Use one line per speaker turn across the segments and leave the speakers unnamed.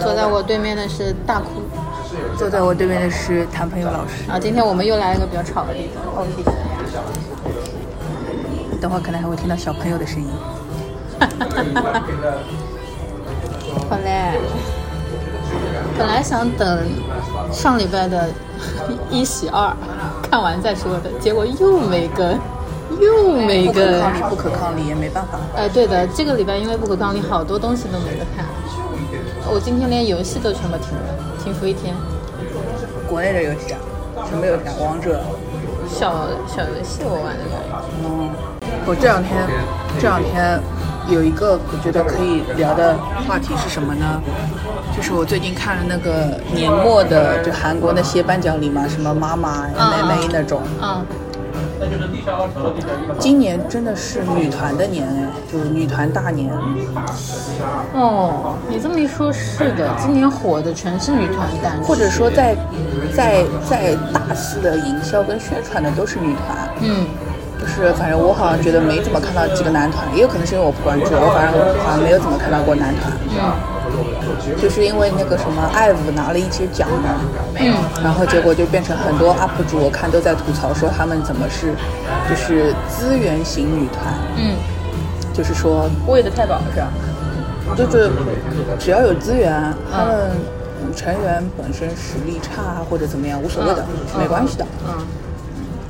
坐在我对面的是大哭。
坐在我对面的是谭朋友老师，
啊，今天我们又来了一个比较吵的地方。哦，
等会儿可能还会听到小朋友的声音。
好嘞。本来想等上礼拜的一喜二 看完再说的，结果又没更，又没
不可
更。
抗力，不可抗力也没办法。
哎，对的，这个礼拜因为不可抗力，好多东西都没得看。我今天连游戏都全部停了，停服一天。
国内的游戏啊，什么游戏啊？王者。
小小游戏我玩的吧，
嗯，我这两天这两天有一个我觉得可以聊的话题是什么呢？就是我最近看了那个年末的，就韩国那些颁奖礼嘛，什么妈妈、MMA 那种。
嗯，
今年真的是女团的年哎，就是女团大年。
哦，你这么一说，是的，今年火的全是女团单曲，
或者说在在在大肆的营销跟宣传的都是女团，
嗯，
就是反正我好像觉得没怎么看到几个男团，也有可能是因为我不关注，我反正好像没有怎么看到过男团，
嗯
就是因为那个什么 IVE 拿了一些奖嘛，
嗯，
然后结果就变成很多 UP 主我看都在吐槽说他们怎么是就是资源型女团，
嗯，
就是说
喂的太饱是吧？
就是只要有资源，
嗯
他们成员本身实力差啊或者怎么样无所谓的，没关系的。
嗯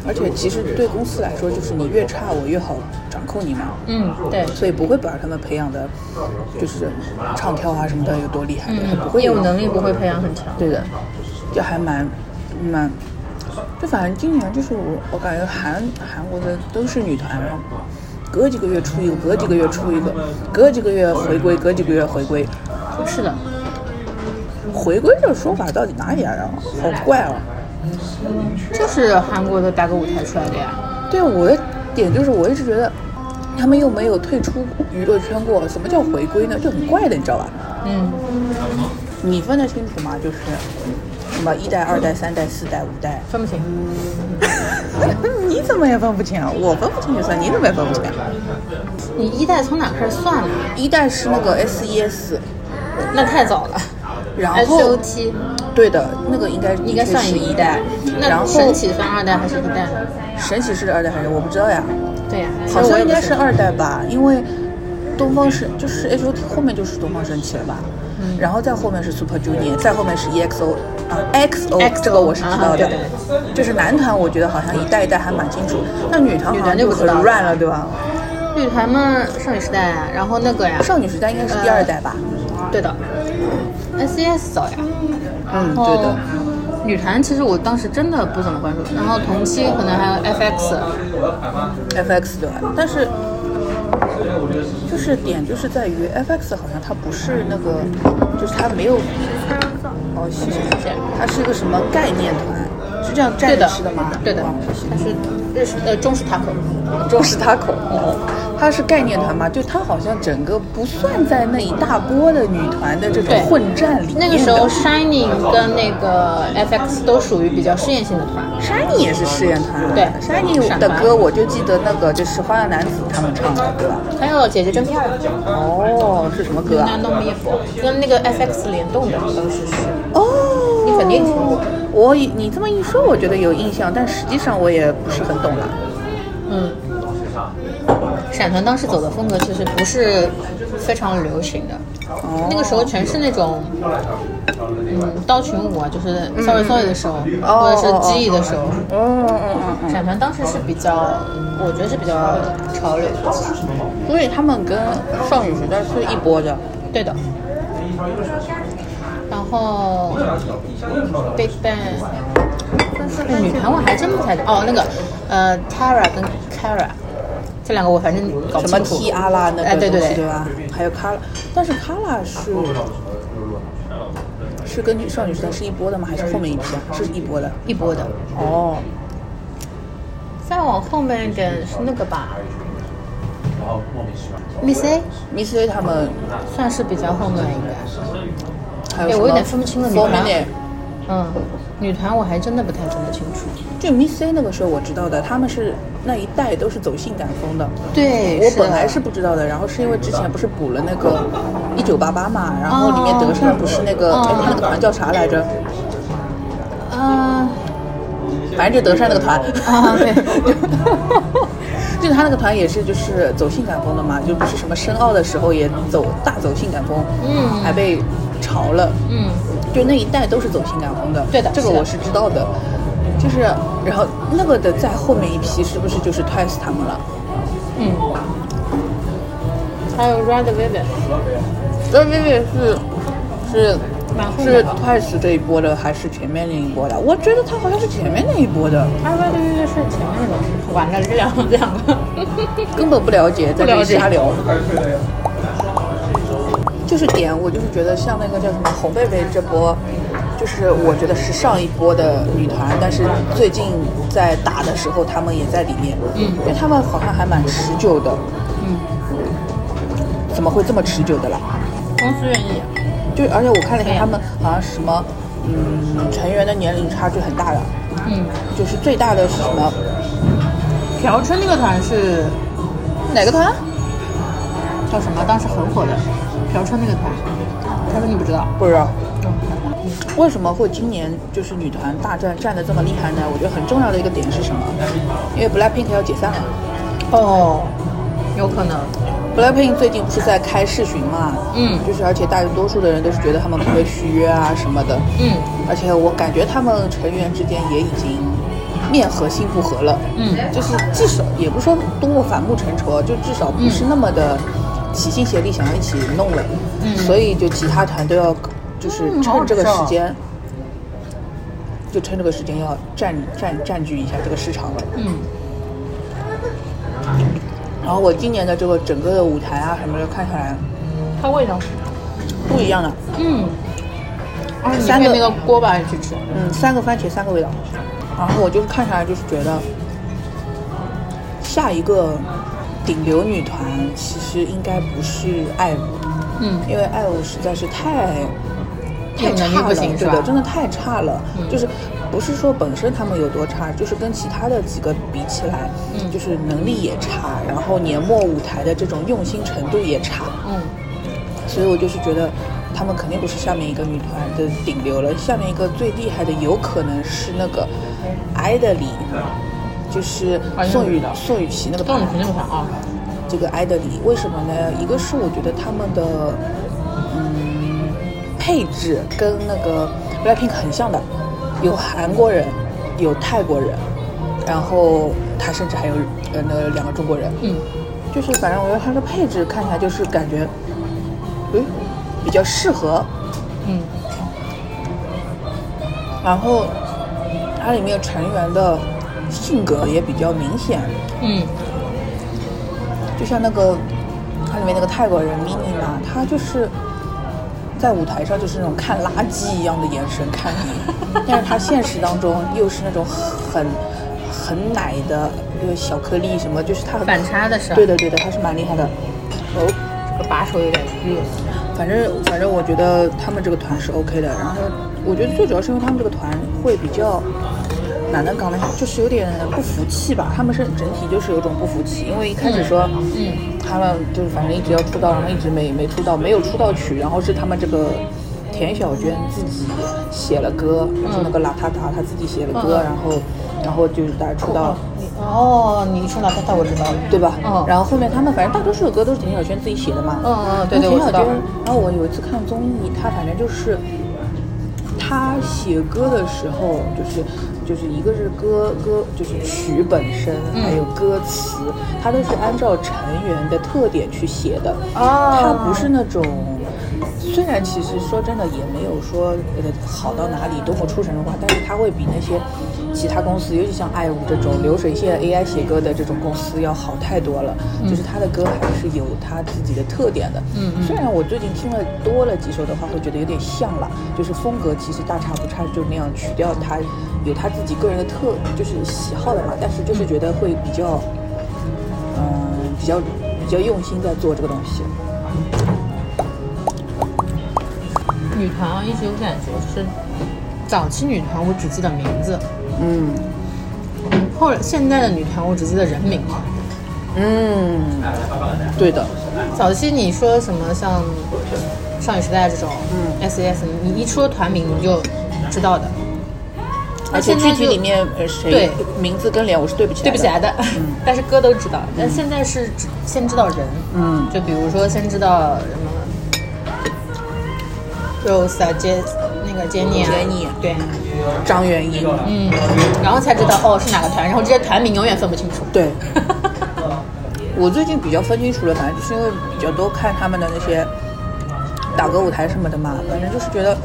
而且其实对公司来说，就是你越差，我越好掌控你嘛，
嗯，对，
所以不会把他们培养的，就是唱跳啊什么的有多厉害的，
嗯，
不会
业
有
务能力不会培养很强，
对的，就还蛮蛮，就反正今年就是我我感觉韩韩国的都是女团，然后隔几个月出一个，隔几个月出一个，隔几个月回归，隔几个月回归，
是的，
回归这个说法到底哪里来的？好怪哦！
就是韩国的打个舞台出来的呀，
对我的点就是，我一直觉得他们又没有退出娱乐圈过，什么叫回归呢？就很怪的，你知道吧？
嗯，
你分得清楚吗？就是什么一代、二代、三代、四代、五代，
分不清，
你怎么也分不清啊？我分不清就算，你怎么也分不清啊？
你一代从哪开始算的？
一代是那个 S E S，
那太早了
然
，S
后
O T
对的，那个应该
应该算
是
一
一代，然
那
后
神启算二代还是一代？
神奇是二代还是我不知道呀？
对呀，
好像应该
其实
是
我也不
二代吧，因为东方神就是 H O T 后面就是东方神起了吧，
嗯
然后再后面是 Super Junior，再后面是 E X O 啊 X O
XO
这个我是知道
啊
的
对对，
就是男团我觉得好像一代一代还蛮清楚，那女团
女
好
团
像
就不
很
知道了
乱了对吧？
清女团嘛，少女时代啊，然后那个呀，
少女时代应该是第
呃
二代吧？
对的，S E S 早呀，
嗯，
然
对
后
的，
哦女团其实我当时真的不怎么关注，然后同期可能还有 F X，
F X 对吧？但是就是点就是在于 F X 好像它不是那个，就是它没有哦，谢谢
谢谢，
它是一个什么概念团？是这样
对
站着
的
吃的吗？，
对的
哦，
它是日式呃中式塔可，
中式塔口，它是概念团嘛？就它好像整个不算在那一大波的女团的这种
对
混战里面的。
那个时候 Shining 跟那个 F X 都属于比较试验性的团，
Shiny 也是试验团啊，
对
，Shiny 的歌我就记得那个就是花样男子他们唱的，对吧？
还有姐姐真漂亮，
哦，是什么歌啊？
那弄衣服跟那个 F X 联动的当时是，
哦，
你肯定听过。
我以你这么一说，我觉得有印象，但实际上我也不是很懂了。
嗯，闪团当时走的风格其实不是非常流行的，
哦，
那个时候全是那种，嗯，刀群舞啊，就是 sorry sorry 的时候，
哦
或者是记忆的时候，
哦，嗯嗯嗯
闪团当时是比较，我觉得是比较潮流的。
嗯，所以他们跟少女时代是一波的。
对的。然后 Big Bang，哎女团我还真不太哦，那个呃 Tara 跟 Kara 这两个我反正搞不
什么
清楚。
T 阿拉那
哎
个
对对
东西
对
对吧？还有卡拉，但是卡拉是是根据少女时代是一波的吗？还是后面一批啊？是一波的。
一波的。
哦，
再往后面一点是那个吧，Miss A
迷失他们
算是比较后面应该。
还
哎
有什么？哎
我有点分不清了
Four
你们
Minute
嗯，女团我还真的不太分得清楚。
就 Miss A 那个时候我知道的，他们是那一代都是走性感风的。
对
我本来是不知道的，然后是因为之前不是补了那个一九八八嘛，然后里面德善不是那个，
哦
哎，他那个团叫啥来着？
啊
反正就德善那个团。
啊，对，
就他那个团也是就是走性感风的嘛，就不是什么申奥的时候也走大走性感风，
嗯
还被嘲了。
嗯，
就那一代都是走性感风的，
对的
这个
是的
我是知道的。就是，然后那个的在后面一批是不是就是 Twice 他们了？
嗯，还有 Red Velvet，
对对对，呃是是
蛮后
是
面的
Twice 这一波的，还是前面那一波的？我觉得他好像是前面那一波的，
啊 Red Velvet 是前面的，完了这两个两个，
根本不了解，在
不
这里
了解
瞎聊。就是点，我就是觉得像那个叫什么红贝贝这波，就是我觉得是上一波的女团，但是最近在打的时候，她们也在里面，
嗯
因为她们好像还蛮持久的，嗯，怎么会这么持久的啦？
公司愿意，
就而且我看了一下，
哎呀
她们好像什么，嗯，成员的年龄差距很大的，
嗯，
就是最大的是什么？
朴春那个团是
哪个团？
叫什么？当时很火的，朴春那个团，朴春你不知道？
不知道。为什么会今年就是女团大战战得这么厉害呢？我觉得很重要的一个点是什么？因为 BLACKPINK 要解散了。
哦，有可能，
BLACKPINK 最近不是在开试巡嘛？
嗯
就是而且大多数的人都是觉得他们不会续约啊什么的。
嗯
而且我感觉他们成员之间也已经面和心不和了。
嗯
就是至少也不是说多么反目成仇啊，就至少不是那么的齐心协力想要一起弄了。
嗯
所以就其他团都要就是
嗯
趁这个
好好
时
吃哦
间，就趁这个时间要占占占据一下这个市场了。
嗯，
然后我今年的这个整个的舞台啊什么的看下来
它味道，
不一样的，
嗯，而且
三
你
个
配那个锅巴也去吃，
嗯，三个番茄三个味道。然后我就是看下来就是觉得，下一个顶流女团其实应该不是爱舞，
嗯
因为爱舞实在是太太
硬
差
能力
了，
不行是
对
吧
的，真的太差了。
嗯
就是不是说本身他们有多差，就是跟其他的几个比起来，
嗯
就是能力也差，然后年末舞台的这种用心程度也差，
嗯
所以我就是觉得。他们肯定不是下面一个女团的顶流了，下面一个最厉害的有可能是那个艾德里，就是
啊英
宋
语
雨
的
宋雨琦那个
这
团
种肯定不想啊，
这个艾德里，为什么呢？一个是我觉得他们的嗯配置跟那个 BLACKPINK 很像的，有韩国人，有泰国人，然后他甚至还有呃那两个中国人，
嗯
就是反正我觉得他的配置看起来就是感觉，诶比较适合
嗯
然后它里面成员的性格也比较明显，
嗯
就像那个它里面那个泰国人 Mini 嘛，他就是在舞台上就是那种看垃圾一样的眼神看 你，但是他现实当中又是那种很很奶的，就是小颗粒什么，就是他很
反差的是吧
对的对的，他是蛮厉害的。哦
这个把手有点热，
反正反正我觉得他们这个团是 OK 的，然后我觉得最主要是因为他们这个团会比较哪能讲呢，就是有点不服气吧，他们是整体就是有种不服气，因为一开始说，
嗯
他们就是反正一直要出道，然后一直没没出道，没有出道曲，然后是他们这个。田小娟自己写了歌，就是那个邋遢遢，她自己写了
嗯嗯
歌，
嗯
然后，然后就是大家出道，
哦，你一说到他，他我知道了，
对吧？
嗯
然后后面他们反正大多数的歌都是田小娟自己写的嘛。
嗯嗯对对
田
我
小娟
知道。
然后我有一次看综艺，她反正就是她写歌的时候，就是就是一个是歌歌就是曲本身，
嗯
还有歌词，她都是按照成员的特点去写的。
哦
她不是那种。虽然其实说真的也没有说呃好到哪里多么出神入化，但是它会比那些其他公司，尤其像爱舞这种流水线 AI 写歌的这种公司要好太多了。就是他的歌还是有他自己的特点的。
嗯嗯
虽然我最近听了多了几首的话，会觉得有点像了，就是风格其实大差不差，就那样曲调他有他自己个人的特，就是喜好的嘛。但是就是觉得会比较，嗯、比较比较用心在做这个东西。
女团啊，一直有感觉就是早期女团我只记得名字，
嗯
后来现在的女团我只记得人名了。
嗯，对的，
早期你说什么像少女时代这种，嗯，S.E.S，你你一说团名你就知道的，
而且
现在
具体
就
里面呃谁
对
名字跟脸我是对不起
对
来的
不起来的，但是歌都知道。 但现在是只先知道人，
嗯
就比如说先知道什么 Rose 啊，J 那个 Jennie 啊
Jennie
对，
张元英，
嗯，然后才知道哦是哪个团，然后这些团名永远分不清楚。
对。 我最近比较分清楚了，反正就是因为比较多看他们的那些打歌舞台什么的嘛，反正就是觉得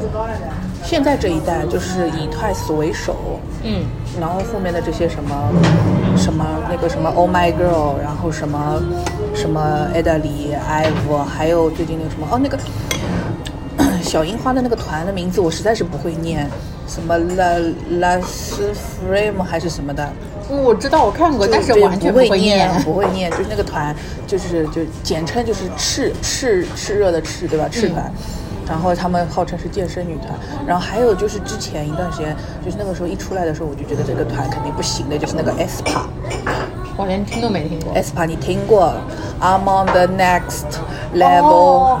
现在这一代就是以 Twice 为首，
嗯，
然后后面的这些什么什么那个什么 Oh My Girl，然后什么什么 Ada 里 Ive，还有最近那个什么哦那个 小樱花的那个团的名字我实在是不会念，什么 La La s Frame 还是什么的，
我知道我看过，但是
对
完全
不会
念。
不会念，啊就是那个团，就是就简称就是炽炽炽热的炽，对吧？炽
嗯
团。然后他们号称是健身女团，然后还有就是之前一段时间，就是那个时候一出来的时候，我就觉得这个团肯定不行的，就是那个 aespa。
我连听都没听过。
aespa 你听过？I'm on the next level，、
哦哦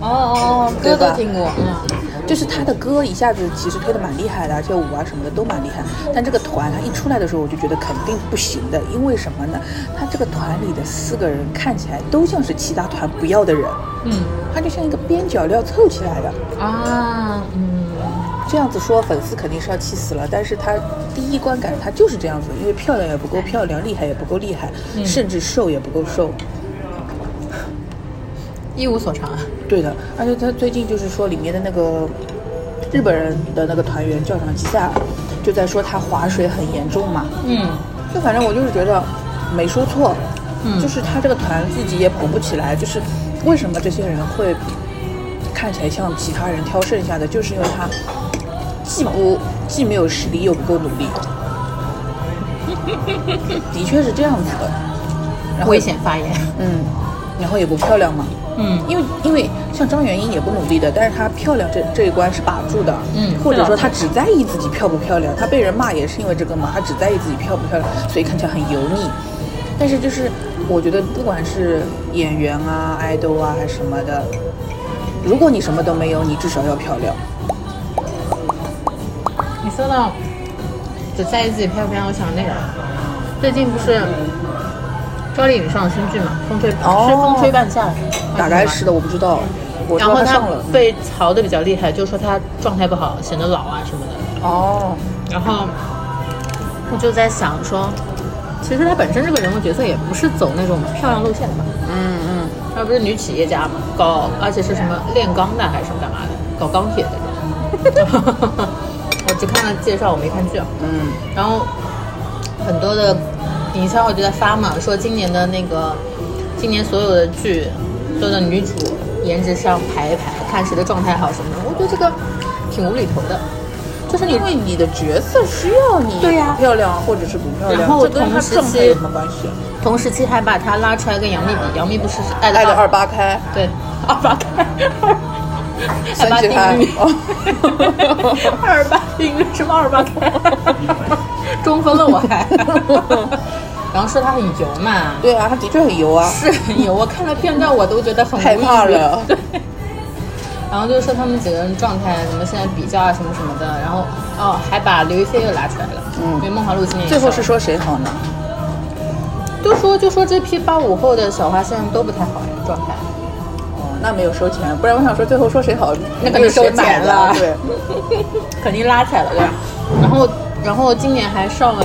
哦，哦歌
对
都
吧
听过，嗯。
就是他的歌一下子其实推的蛮厉害的，而且舞啊什么的都蛮厉害。但这个团他一出来的时候，我就觉得肯定不行的，因为什么呢？他这个团里的四个人看起来都像是其他团不要的人，
嗯
他就像一个边角料凑起来的。
啊，嗯，
这样子说粉丝肯定是要气死了，但是他第一观感他就是这样子，因为漂亮也不够漂亮，厉害也不够厉害，甚至瘦也不够瘦。
一无所长。
对的，而且他最近就是说里面的那个日本人的那个团员叫什么吉赛尔，就在说他划水很严重嘛。
嗯
就反正我就是觉得没说错，
嗯
就是他这个团自己也捧不起来，就是为什么这些人会看起来像其他人挑剩下的，就是因为他既不既没有实力又不够努 力， 的确是这样子的，然后
危，险发言。
嗯，然后也不漂亮嘛，
嗯
因为因为像张元英也不努力的，但是她漂亮这这一关是把住的，
嗯
或者说她只在意自己漂不漂亮，她被人骂也是因为这个嘛，她只在意自己漂不漂亮，所以看起来很油腻。但是就是我觉得不管是演员啊、爱豆啊还是什么的，如果你什么都没有，你至少要漂亮。
你说到只在意自己漂不漂亮，我想那个，最近不是赵丽颖上了新剧嘛，《风吹》
哦
是《风吹半夏》，
大概是的，我不知道，我知
嗯然
道
后
她
她
上了。嗯
被嘲的比较厉害，就说她状态不好，显得老啊什么的。
哦，
然后我就在想说，其实她本身这个人物角色也不是走那种漂亮路线的嘛，
嗯嗯，
她不是女企业家嘛，搞而且是什么炼钢的还是干嘛的，搞钢 铁的。我只看了介绍，我没看剧啊。
嗯，
然后很多的营销就在发嘛，说今年的那个，今年所有的剧，所有的女主颜值上排一排，看谁的状态好什么的。我觉得这个挺无厘头的，就是你
因为你的角色需要你
对呀
漂亮或者是不漂亮，
然后
这跟她
同时
状态
期
有什么关系？
同时期还把她拉出来跟杨幂比，杨幂不是爱的
爱的二 八开。
对二八开。二
三
八
七
定
开
律
哦，
二八定律什么二八开？中分了我还， 然后说她很油嘛，
对啊，他的确很油啊。
是有，我看了片段，我都觉得很无
害怕
语
了
对，然后就说他们几个人状态什么现在比较啊什么什么的，然后哦还把刘亦菲又拉出来了，
嗯
因为梦华录今年也
最后
上
是说谁好呢？
就说就说这批八五后的小花现在都不太好呀状态，
哦，那没有收钱，不然我想说最后说谁好，
那肯
个
定
谁
收钱
买
了
的。对，
肯定拉起来了对吧？然后然后今年还上了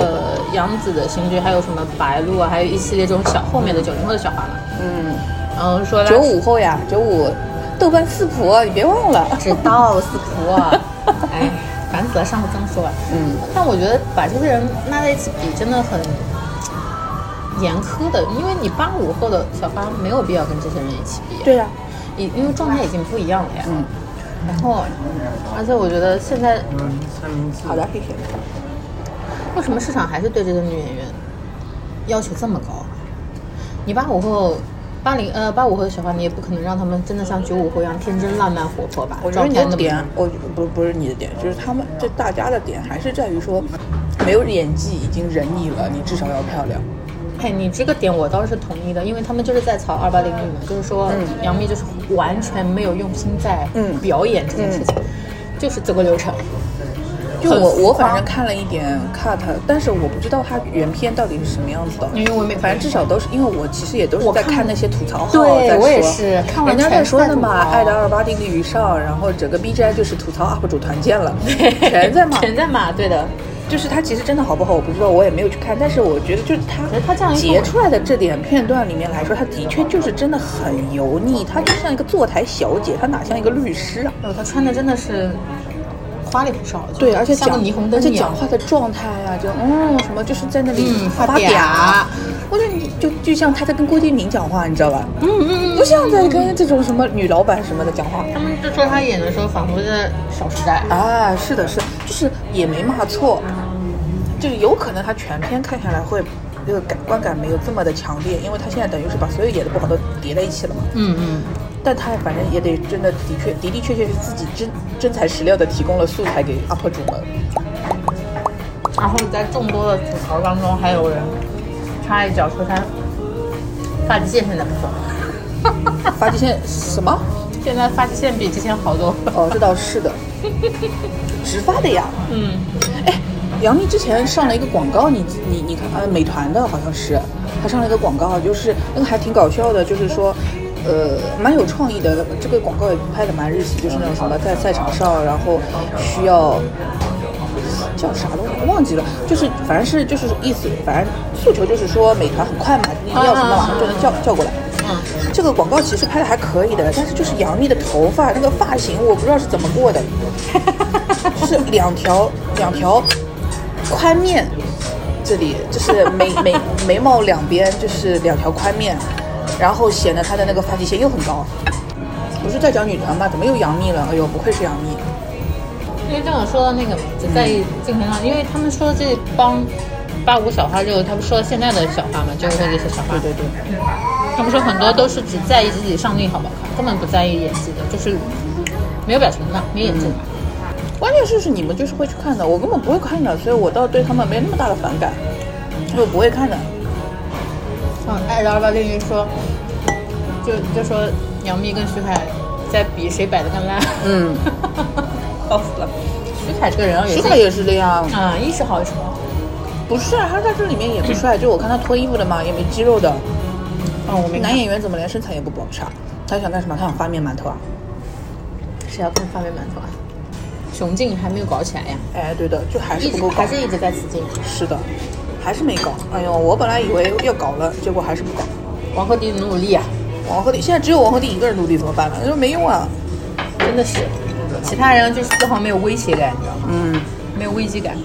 杨紫的新剧，还有什么白鹿啊，还有一系列这种小后面的九零后的小花嘛，
嗯，
然后说拉
九五后呀，九五，豆瓣四普，你别忘了。
知道四婆，啊哎，烦死了，上次这么说吧。
嗯，
但我觉得把这些人拉在一起比，真的很严苛的，因为你八五后的小花没有必要跟这些人一起比，
对呀、
已因为状态已经不一样了呀。
嗯，
然后，而且我觉得现在
好的，谢谢。
为什么市场还是对这些女演员要求这么高？你八五后。八零呃八五后的小花，你也不可能让他们真的像九五后一样天真烂漫活泼吧？
我觉得你的
状态那么
点，我不不是你的点，就是他们这大家的点还是在于说，没有演技已经人腻了，你至少要漂亮。
哎，你这个点我倒是同意的，因为他们就是在炒二八零女嘛，就是说
嗯
杨幂就是完全没有用心在
嗯
表演这件事情，就是走个流程。
就
很
我我
浮夸
反正看了一点 cut，但是我不知道它原片到底是什么样子的，
因为我也没
反正至少都是因为我其实也都是
我
在
看
看那些吐槽号
对
在说，
我也是看完
人家在
全是
说
在
的
吐
嘛，
槽
爱的二八定律以上，然后整个 B 站就是吐槽 UP 主团 建了，全在骂，
全在骂，对的。
就是它其实真的好不好我不知道，我也没有去看，但是我觉得就是它
觉得它这样一个
截出来的这点片段里面来说，它的确就是真的很油腻，它就像一个坐台小姐，它哪像一个律师啊？
哦，她穿的真的是花里胡哨的，
对，而且
像个
讲
霓虹灯
而且
一
讲
样。
话的状态啊，就嗯什么，就是在那里
嗯
发
发嗲
嗲。我觉得你就就像他在跟郭敬明讲话，你知道吧？
嗯嗯
不像在跟这种什么女老板什么的讲话。
他们就说她演的时候仿佛在《小时代》。
啊，是的是，就是也没骂错，就是有可能他全篇看下来会这个感观感没有这么的强烈，因为他现在等于是把所有演的不好都叠在一起了嘛。
嗯嗯，
但他反正也得真的的确的的确确是自己真真材实料的提供了素材给 UP 主们。
然后在众多的吐槽当中，还有人插一脚说她发际线现在不错，
发际线什么？
现在发际线比之前好多了。
哦，这倒是的，直发的呀。哎
嗯，
杨幂之前上了一个广告，你你你看，呃，美团的好像是，她上了一个广告，就是那个还挺搞笑的，就是说，呃，蛮有创意的，这个广告也拍的蛮日系，就是那种什么在赛场上，然后需要叫啥的我忘记了，就是反正是就是意思，反正诉求就是说美团很快嘛，你要什么马上就能叫叫过来。这个广告其实拍的还可以的，但是就是杨幂的头发那个发型，我不知道是怎么过的，就是两条两条宽面，这里就是眉眉眉毛两边就是两条宽面，然后显得她的那个发际线又很高。不是在讲女团吗？怎么又杨幂了？哎呦，不愧是杨幂。
因为正好说到那个在竞争上，因为他们说这帮八五小花就他们说现在的小花嘛，就是说这些小花嗯
对，对对，
他们说很多都是只在意自己上镜好不好看，根本不在意演技的，就是没有表情的，没有演技的。
关键是是你们就是会去看的，我根本不会看的，所以我倒对他们没那么大的反感，我不会看的。
像爱的二八六零说，就就说杨幂跟徐凯在比谁摆的更烂。
嗯，
笑死了。徐凯这个人啊，是
徐凯也是这样，
啊，一时好一时不好。
不是啊，他在这里面也不帅，就我看他脱衣服的嘛，也没肌肉的。
嗯，我没
男
看。
演员怎么连身材也不保持啊？他想干什么？他想发面馒头啊？
谁要看发面馒头啊？雄竞还没有搞起来呀，
哎，对的，就还是
一
不
直
够高
还。是一直在雌竞。
是的，还是没搞。哎呦，我本来以为要搞了，结果还是不搞。
王鹤棣努努力啊，
王鹤棣现在只有王鹤棣一个人努力，怎么办呢？就没用啊。
真的是，其他人就是丝毫没有威胁感，你知道吗？
嗯
没有危机感。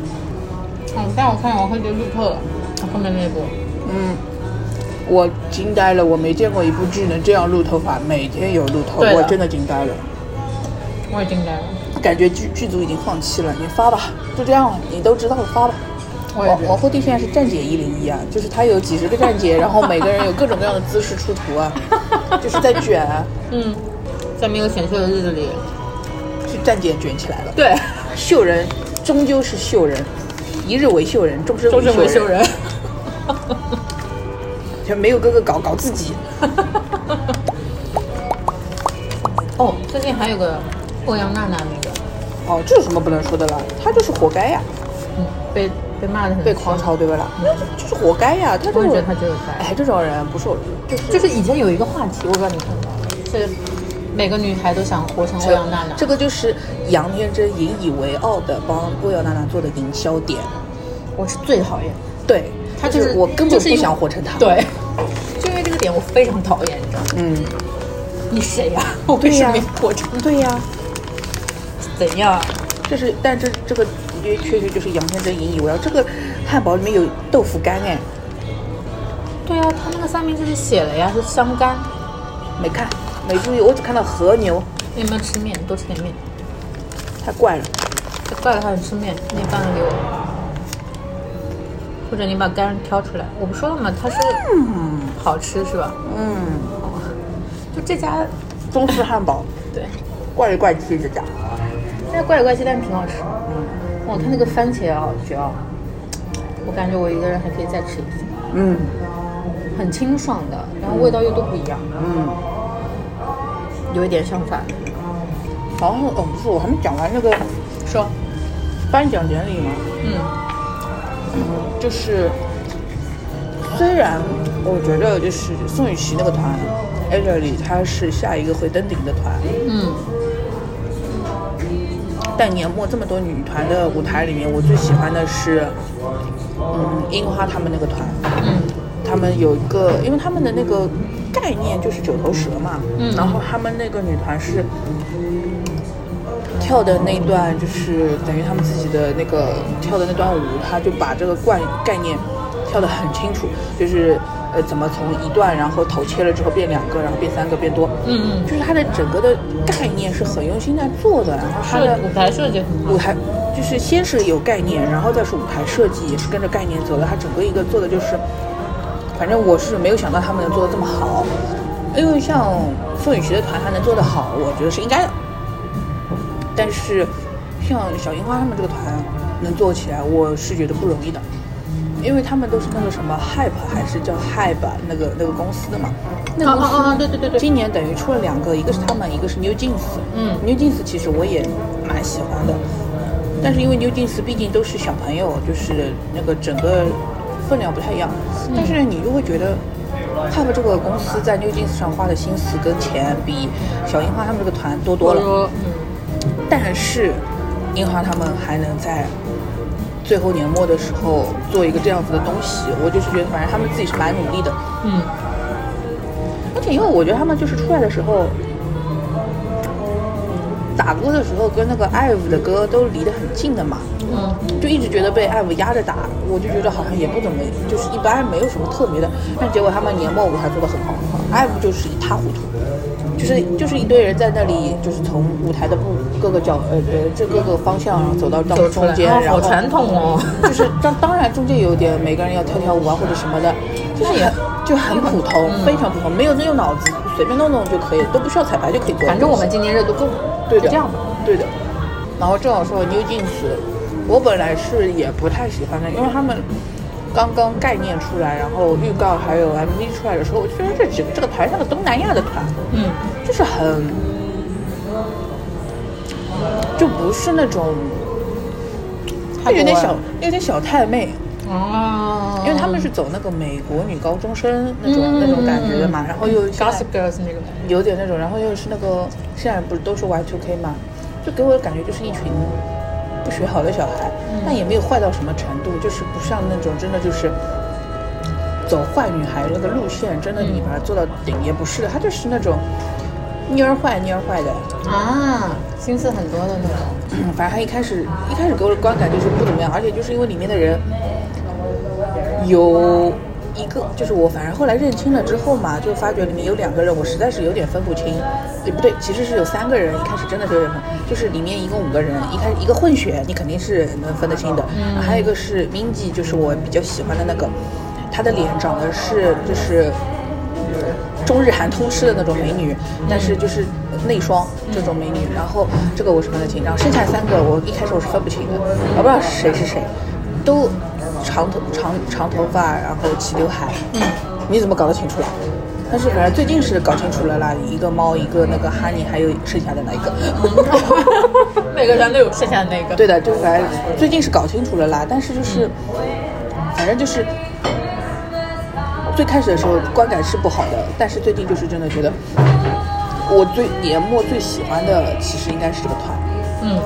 嗯，但我看王鹤棣路透了，他后面那一波。
嗯，我惊呆了，我没见过一部剧能这样露头发，每天有露头，
对的
我真的惊呆了。
我也惊呆了，
感觉剧剧组已经放弃了，你发吧，就这样了，你都知道了，发吧。
我也
王
觉得
王鹤棣现在是站姐一零一啊，就是他有几十个站姐，然后每个人有各种各样的姿势出图啊，就是在卷啊，
嗯，在没有选秀的日子里，
是站姐卷起来了。
对，
秀人终究是秀人，一日为秀人，终身
周正为秀
人，
人，
就没有哥哥搞搞自己。
哦，最近还有个欧阳娜娜那个，
哦，这有什么不能说的了？他就是活该呀，
嗯，被被骂的很
被狂潮，对不啦？那就就是活该呀，他这
我也
种
觉得他就是在
哎，这种人不是我，就是
就是以前有一个话题，我不知道你看到没，是每个女孩都想活成欧阳娜娜。
这个就是杨天真引以为傲的帮欧阳娜娜做的营销点。
我是最讨厌，
对，
她
就是我根本
就是
不
因为
想活成她。，
对， 就因为这个点我非常讨厌，你知道吗？
嗯，
你谁呀、 我为什么活成
对呀、
怎样？
这是，但这这个的确确实就是杨天真引以为傲。这个汉堡里面有豆腐干哎，
对啊，他那个三明治里写了呀，是香干。
没看，没注意，我只看到和牛，
你有没有吃面？多吃点面。
太怪了。
这怪了他吃面，你也拌了给我。或者你把干挑出来，我不说了吗？它是好吃是吧？
嗯，
就这家，
中式汉堡，
对，
怪里怪气的家。
这家怪里怪气，但是挺好吃。哇，它那个番茄啊角，我感觉我一个人还可以再吃一次，
嗯
很清爽的，然后味道又都不一样，
嗯。
有一点相反。
然后哦，不是，我还没讲完那个
说，
颁奖典礼嘛，嗯
嗯
就是虽然我觉得就是宋雨琦那个团 a d e l 他是下一个会登顶的团，
嗯
但年末这么多女团的舞台里面，我最喜欢的是，嗯，樱花他们那个团，
嗯
他们有一个，因为他们的那个概念就是九头蛇嘛，
嗯
然后他们那个女团是跳的那段，就是等于他们自己的那个跳的那段舞，他就把这个概概念跳得很清楚，就是呃怎么从一段，然后头切了之后变两个，然后变三个，变多，
嗯
就是它的整个的概念是很用心在做的，然后它的
设舞台设计很好
舞，台就是先是有概念，然后再是舞台设计，也是跟着概念走的。他整个一个做的就是，反正我是没有想到他们能做的这么好，因为像宋雨琦的团，他能做得好，我觉得是应该的。但是像小樱花他们这个团能做起来，我是觉得不容易的，因为他们都是那个什么 Hype 还是叫 Hype 啊那个那个公司的嘛。那个公司
啊啊啊对对对对
今年等于出了两个，一个是他们，一个是 New Jeans。
嗯
，New Jeans 其实我也蛮喜欢的，但是因为 New Jeans 毕竟都是小朋友，就是那个整个分量不太一样。
嗯
但是你就会觉得 h y p 这个公司在 New Jeans 上花的心思跟钱比小樱花他们这个团多多了。
说
但是樱花他们还能在最后年末的时候做一个这样子的东西，我就是觉得反正他们自己是蛮努力的。
嗯
而且因为我觉得他们就是出来的时候，打歌的时候跟那个 IVE 的歌都离得很近的嘛，
嗯
就一直觉得被 IVE 压着打，我就觉得好像也不怎么，就是一般，没有什么特别的。但结果他们年末舞台做得很好，IVE 就是一塌糊涂。就是就是一堆人在那里，就是从舞台的不各个角呃呃这各个方向，然后走到到
走出
中
来
间，
哦
然
好
后
传统哦
就是当当然中间有点每个人要跳跳舞啊或者什么的，就是也就很普通，
嗯
非常普通，没有那种脑子，随便弄弄就可以，都不需要彩排就可以做。
反正我们今年热度够，
对的
就这样吧。
对的。然后正好说 New Jeans，我本来是也不太喜欢的，因为他们刚刚概念出来，然后预告还有 MV 出来的时候，我就觉得这几个这个团像个东南亚的团，
嗯
就是很，就不是那种，
啊
他有点小，有点小太妹，
哦
因为他们是走那个美国女高中生那种、
嗯
那种感觉的嘛，然后又
Gossip Girls 那个感觉。
有点那种，然后又是那个现在不是都是 Y2K 嘛，就给我的感觉就是一群不学好的小孩，但也没有坏到什么程度，就是不像那种真的就是走坏女孩那个路线，真的你把它做到顶也不是的，他就是那种蔫儿坏蔫儿坏的。
啊，心思很多的那种。
嗯反正他一开始一开始给我的观感就是不怎么样，而且就是因为里面的人有一个，就是我反正后来认清了之后嘛，就发觉里面有两个人，我实在是有点分不清，也不对，其实是有三个人，一开始真的是有点分，就是里面一共五个人，一开始一个混血，你肯定是能分得清的，
嗯
还有一个是 Mingy，就是我比较喜欢的那个，她的脸长得是就是中日韩通吃的那种美女，但是就是内双这种美女。然后这个我是分得清，然后剩下三个我一开始我是分不清的，我不知道谁是谁，都长头长长头发，然后齐刘海，嗯，你怎么搞得清楚了？但是反正最近是搞清楚了啦，一个猫，一个那个哈尼，还有剩下的那一个。
每个人都有剩下的那个。
对的，就是反正最近是搞清楚了啦，但是就是，
嗯
反正就是最开始的时候观感是不好的，但是最近就是真的觉得，我最年末最喜欢的其实应该是这个团，
嗯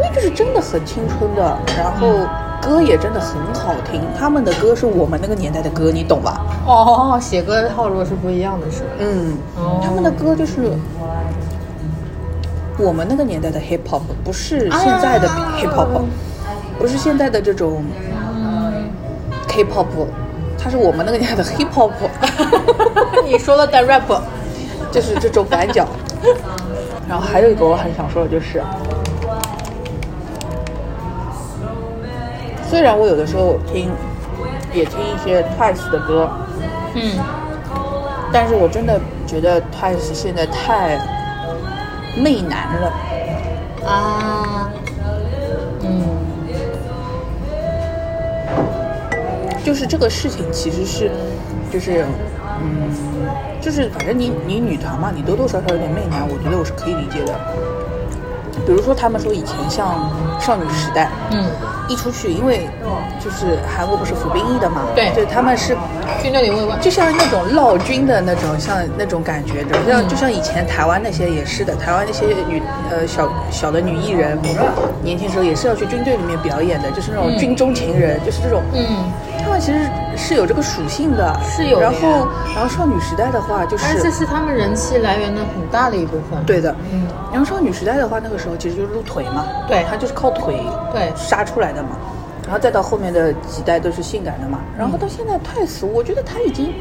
因为就是真的很青春的，然后
嗯
歌也真的很好听，他们的歌是我们那个年代的歌，你懂吧？
哦，写歌的套路是不一样的，是吧？
嗯
哦，
他们的歌就是。我们那个年代的 hip hop 不是现在的
啊
hip hop，、不是现在的这种 K-pop，它是我们那个年代的 hip hop，
你说的带 rap，
就是这种反角。然后还有一个我很想说的就是，虽然我有的时候听也听一些 Twice 的歌，
嗯
但是我真的觉得 Twice 现在太媚男了。
啊，嗯，
就是这个事情其实是，就是，嗯，就是反正你你女团嘛，你多多少少有点媚男，我觉得我是可以理解的。比如说他们说以前像少女时代，
嗯，
一出去，因为就是韩国不是服兵役的嘛，
对
就他们是
去那里问问。
就像那种烙军的那种，像那种感觉的，
嗯
像就像以前台湾那些也是的，台湾那些女呃小小的女艺人，年轻时候也是要去军队里面表演的，就是那种
嗯
军中情人，就是这种，
嗯，
他们其实是有这个属性的，
是有的
然
呀
后然后少女时代的话就
但是这
是
是他们人气来源的很大的一部分。，
对的，
嗯，
然后少女时代的话，那个时候其实就是露腿嘛，
对
她就是靠腿
对
杀出来的嘛，然后再到后面的几代都是性感的嘛，然后到现在太俗，我觉得她已经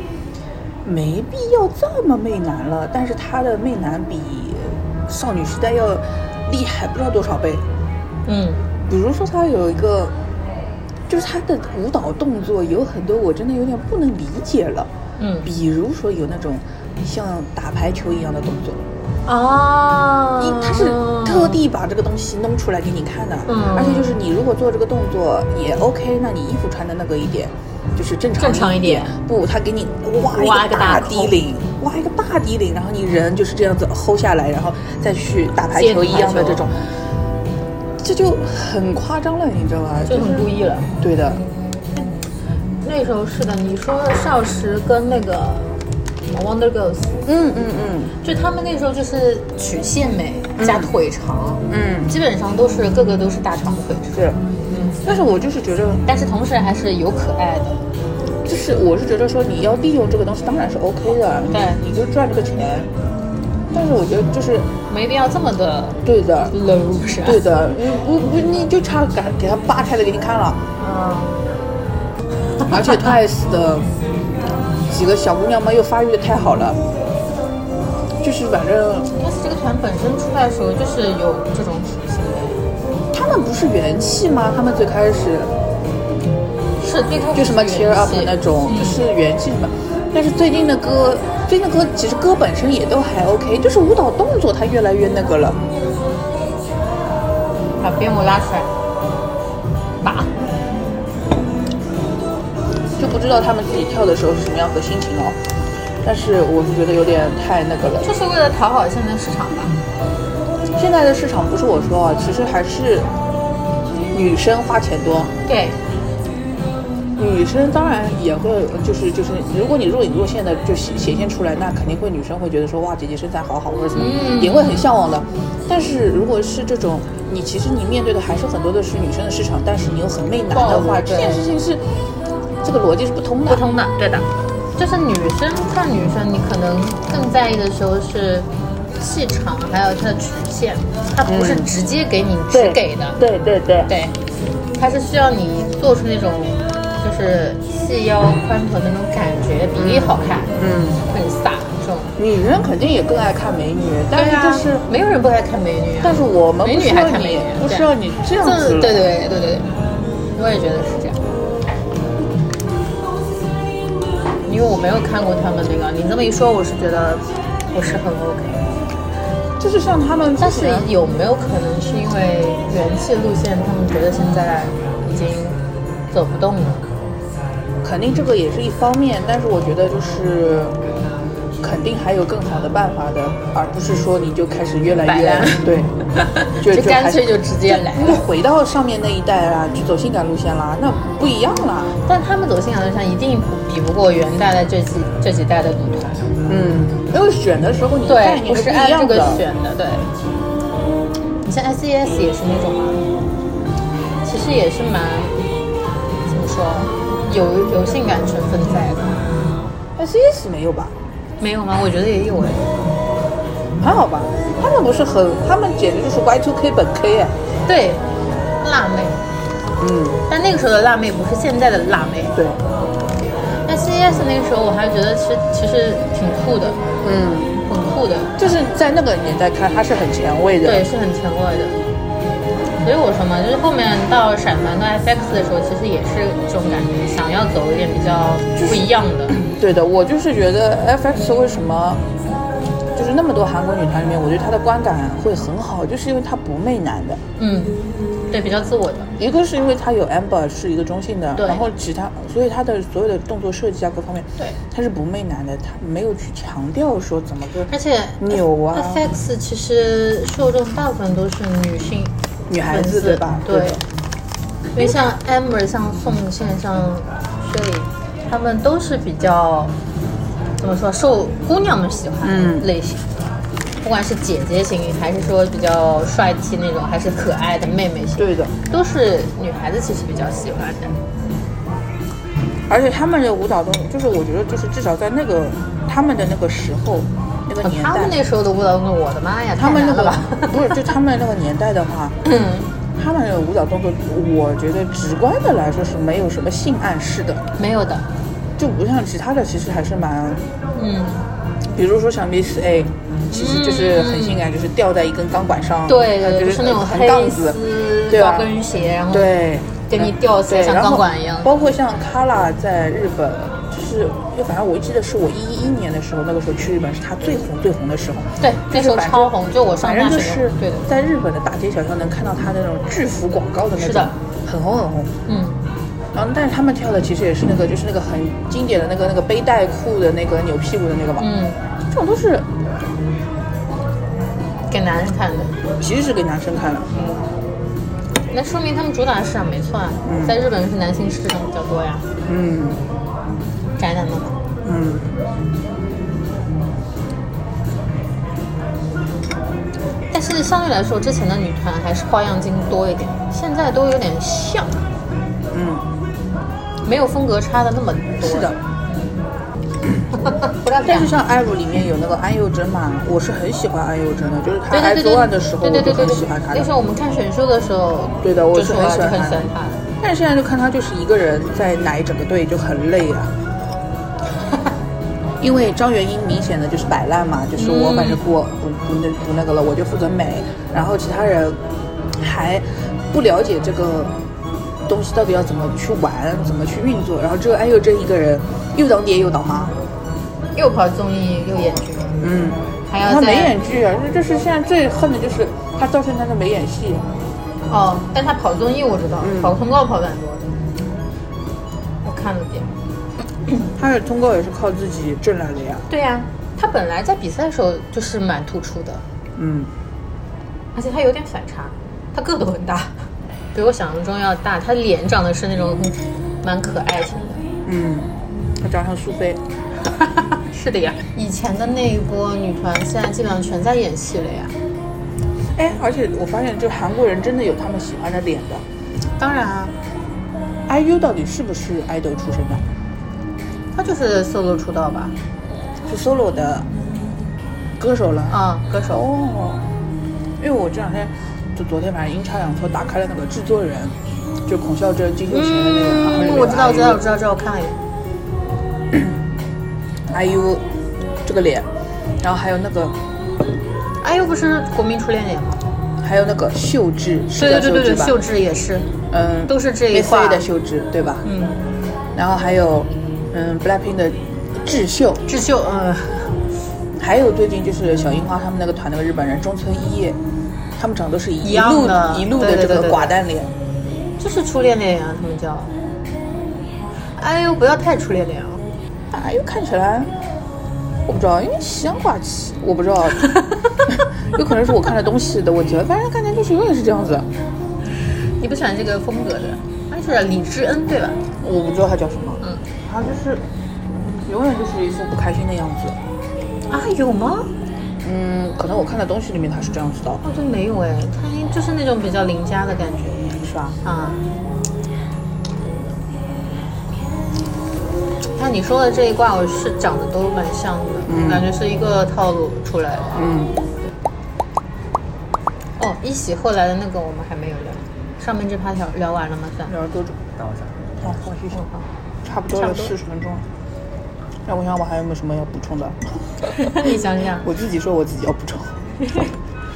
没必要这么媚男了，但是她的媚男比少女时代要厉害不知道多少倍，
嗯，
比如说她有一个，就是她的舞蹈动作有很多我真的有点不能理解了，
嗯
比如说有那种像打排球一样的动作。
嗯啊
因他是特地把这个东西弄出来给你看的，
嗯
而且就是你如果做这个动作也 OK，那你衣服穿的那个一点，就是正常
正常一点。
不，他给你挖
挖
一
一
个
个大
大低领，挖一个大低领，然后你人就是这样子齁下来，然后再去打排球一样的这种，这就很夸张了，你知道吧？
就很故意了。
对的，
嗯那时候是的，你说的少时跟那个 Wonder Girls，
嗯嗯嗯
就他们那时候就是曲线美加腿长，
嗯，
基本上都是个个都是大长腿，
是。
嗯
但是我就是觉得，
但是同时还是有可爱的。
就是我是觉得说你要利用这个东西当然是 OK 的，
对
你就赚这个钱。但是我觉得就是
没必要这么的
对的，
low 嗯是吧？啊
对的，你不不你就差给给他扒开了给你 看了，
嗯，
而且 Twice 的几个小姑娘们又发育的太好了，就是反正
但是这个团本身出来的时候就是有这种属性的，
她们不是元气吗？她们最开始
是最开始
就什么
是
Cheer
元
Up
气
那种，
嗯
就是元气什么。但是最近的歌，最近的歌其实歌本身也都还 OK，就是舞蹈动作它越来越那个了。
嗯把边牧拉出来，拔，
就不知道他们自己跳的时候是什么样子的心情哦。但是我是觉得有点太那个了。
就是为了讨好现在市场吧。
现在的市场不是我说啊，其实还是女生花钱多，
对，
女生当然也会就是就是，如果你若隐若现的就显显现出来，那肯定会女生会觉得说哇姐姐身材好好或者什么，
嗯
也会很向往的。但是如果是这种，你其实你面对的还是很多的是女生的市场，但是你又很媚男的
暴
话，
露
这件
对
事情是这个逻辑是不通的。
不通的，对的。就是女生看女生，你可能更在意的时候是气场，还有她的曲线，她不是
嗯
直接给你直给的，
对对对
对，它是需要你做出那种就是细腰宽臀的那种感觉，比例好看，
嗯。
很飒这种。
女人肯定也更爱看美女，但是就是，
没有人不爱看美女啊，
但是我们
美
不
女
需
还
要
看美
你
女，，
不需要你这样子
这
了。
对对对对对，我也觉得是这样。因为我没有看过他们那个，你这么一说，我是觉得我是很 OK。
就是像他们之
但是
前，
有没有可能是因为元气路线，他们觉得现在已经走不动了？
肯定这个也是一方面，但是我觉得就是，肯定还有更好的办法的，而不是说你就开始越来
摆
越
烂
对，就
就干脆
还是
就直接来
就回到上面那一代啦，就走性感路线啦，那不一样啦。
但他们走性感路线一定比不过元代的这几这几代的女团，
嗯，因为选的时候你的概
对，
念
不是
不
按这
一样
个
的。
选的，对。你像 S E S 也是那种嘛，其实也是蛮怎么说，有有性感成分在的，
S S 没有吧？
没有吗？我觉得也有哎，
还好吧？他们不是很，他们简直就是 Y two K 本 K 哎。
对，辣妹，
嗯，
但那个时候的辣妹不是现在的辣妹，
对，
但 S E S 那个时候我还觉得其实其实挺酷的，
嗯，
很酷的，
就是在那个年代看，它是很前卫的。
对，是很前卫的。所以我说嘛，就是后面到闪团到 FX 的时候，其实也是这种感觉，想要走一点比较不一样的。
对的，我就是觉得 FX 为什么就是那么多韩国女团里面，我对她的观感会很好，就是因为她不媚男的。
嗯，对，比较自我的，
一个是因为它有 amber 是一个中性的，
对
然后其他，所以它的所有的动作设计啊各方面，
对
它是不媚男的，它没有去强调说怎么个，
而且
扭啊
FX 其实受众大部分都是女性
女孩子
粉丝
对吧
对
对，
因为像 Amber、像宋茜、像薛礼，他们都是比较怎么说受姑娘们喜欢
嗯
的类型。不管是姐姐型，还是说比较帅气那种，还是可爱的妹妹型，
对的，
都是女孩子其实比较喜欢的。
而且他们的舞蹈动作，就是我觉得就是至少在那个他们的那个时候，那个
哦
年代，
他们那时候的舞蹈动作，我的妈呀，
他们那
太难
个
了嗯吧？
不是就他们那个年代的话，他们的舞蹈动作，我觉得直观的来说是没有什么性暗示的，
没有的，
就不像其他的，其实还是蛮，
嗯，
比如说像 Miss A，其实就是很性感，就是吊在一根钢管上，
对对，
它嗯呃就
就是那种
很杠
黑
子
丝，
对吧
高跟鞋，然后
对，
给你吊起来
对
像
然后
钢管一样
包括像 Kala 在日本，就是就反正我记得是我一一年的时候，那个时候去日本是她最红最红的时候，
对，那时候
就是反正
超红，就我上
反
大学
正就
的时候
是
对的，
在日本的大街小巷能看到她那种巨幅广告的那种，
是的
很红很红。
嗯，
然后，但是他们跳的其实也是那个，就是那个很经典的那个那个背带裤的那个扭屁股的那个嘛，
嗯，
这种都是
给男人看的，
其实是给男生看的。
那说明他们主打的市场没错啊，
嗯
在日本是男性市场比较多呀，
嗯
宅男的嘛，
嗯，
但是相对来说，之前的女团还是花样精多一点，现在都有点像，
嗯，
没有风格差的那么多，
是的，。
不让
啊但是像《爱如》里面有那个安宥真嘛，我是很喜欢安宥真的，就是她
对
来
对对
昨
对
晚的时候，
对
我
对
就
对对
很
对
喜欢，她
那时
的。
候我们看选秀的时候，
对的，我
就是
很
我
喜
就
欢
很
她
喜
的
欢她的。。
但是现在就看她就是一个人在奶整个队就很累 啊。因为张元英明显的就是摆烂嘛，就是我
嗯
反正不不不那不那个了，我就负责美，然后其他人还不了解这个东西到底要怎么去玩，怎么去运作，然后只有安宥真一个人又当爹又当妈，
又跑综艺又演剧，
嗯，
还要
他没
在
演剧啊，这就是现在最恨的就是他到现在都没演戏，啊
哦，但他跑综艺我知道，
嗯
跑通告跑的很多的，我看了点。
他的通告也是靠自己挣来的呀，
对呀、他本来在比赛的时候就是蛮突出的，
嗯，
而且他有点反差，他个头很大， 比我想象中要大，他脸长得是那种蛮可爱型的。
嗯，他长得像苏菲，
是的呀，以前的那一波女团现在基本上全在演戏了呀。
哎，而且我发现就韩国人真的有他们喜欢的脸的。
当然啊，
IU 到底是不是 idol 出身的？
她就是 solo 出道吧？
是 solo 的歌手了。
啊、歌手。
哦，因为我这两天就昨天晚上阴差阳错打开了那个制作人，就孔孝真、金秀贤的那个，然后里
嗯，
面有
我知道，我知道，我知
IU
道，知道，我看了一眼。
IU 这个脸，然后还有那个
哎呦，不是国民初恋脸吗？
还有那个秀智，是
对
叫
对对对对，秀
秀智吧？
智也是。
嗯，
都是这一挂
Miss A 的秀智对吧？
嗯，
然后还有嗯 Blackpink 的智秀，
智秀，嗯，
还有最近就是小樱花他们那个团那个日本人中村一叶，他们长得都是
一
一
样
路
的
一路
对
的
对
这
对
个
对
寡淡脸。
就是初恋脸啊，他们叫。哎呦，不要太初恋脸啊！
哎呦，看起来我不知道，因为香寡气，我不知 道，有可能是我看的东西的问题了。反正看起来就是永远是这样子。
你不喜欢这个风格的，那是李智恩对吧？
我不知道他叫什么，
嗯，
他就是永远就是一副不开心的样子。
啊，有吗？
嗯，可能我看的东西里面他是这样子的，
哦，对，没有哎，他就是那种比较邻家的感觉
嗯是吧？
啊。看你说的这一卦，我是长得都蛮像的，感觉是一个套路出来的。
嗯，
哦，一喜后来的那个我们还没有聊，上面这趴聊聊完了吗？算。
聊了多久？
等我一下。
好，我继续
嗯。好
差不多
差
了
不多
四十分钟了。那我想我还有没有什么要补充的？
你想想，
我自己说我自己要补充。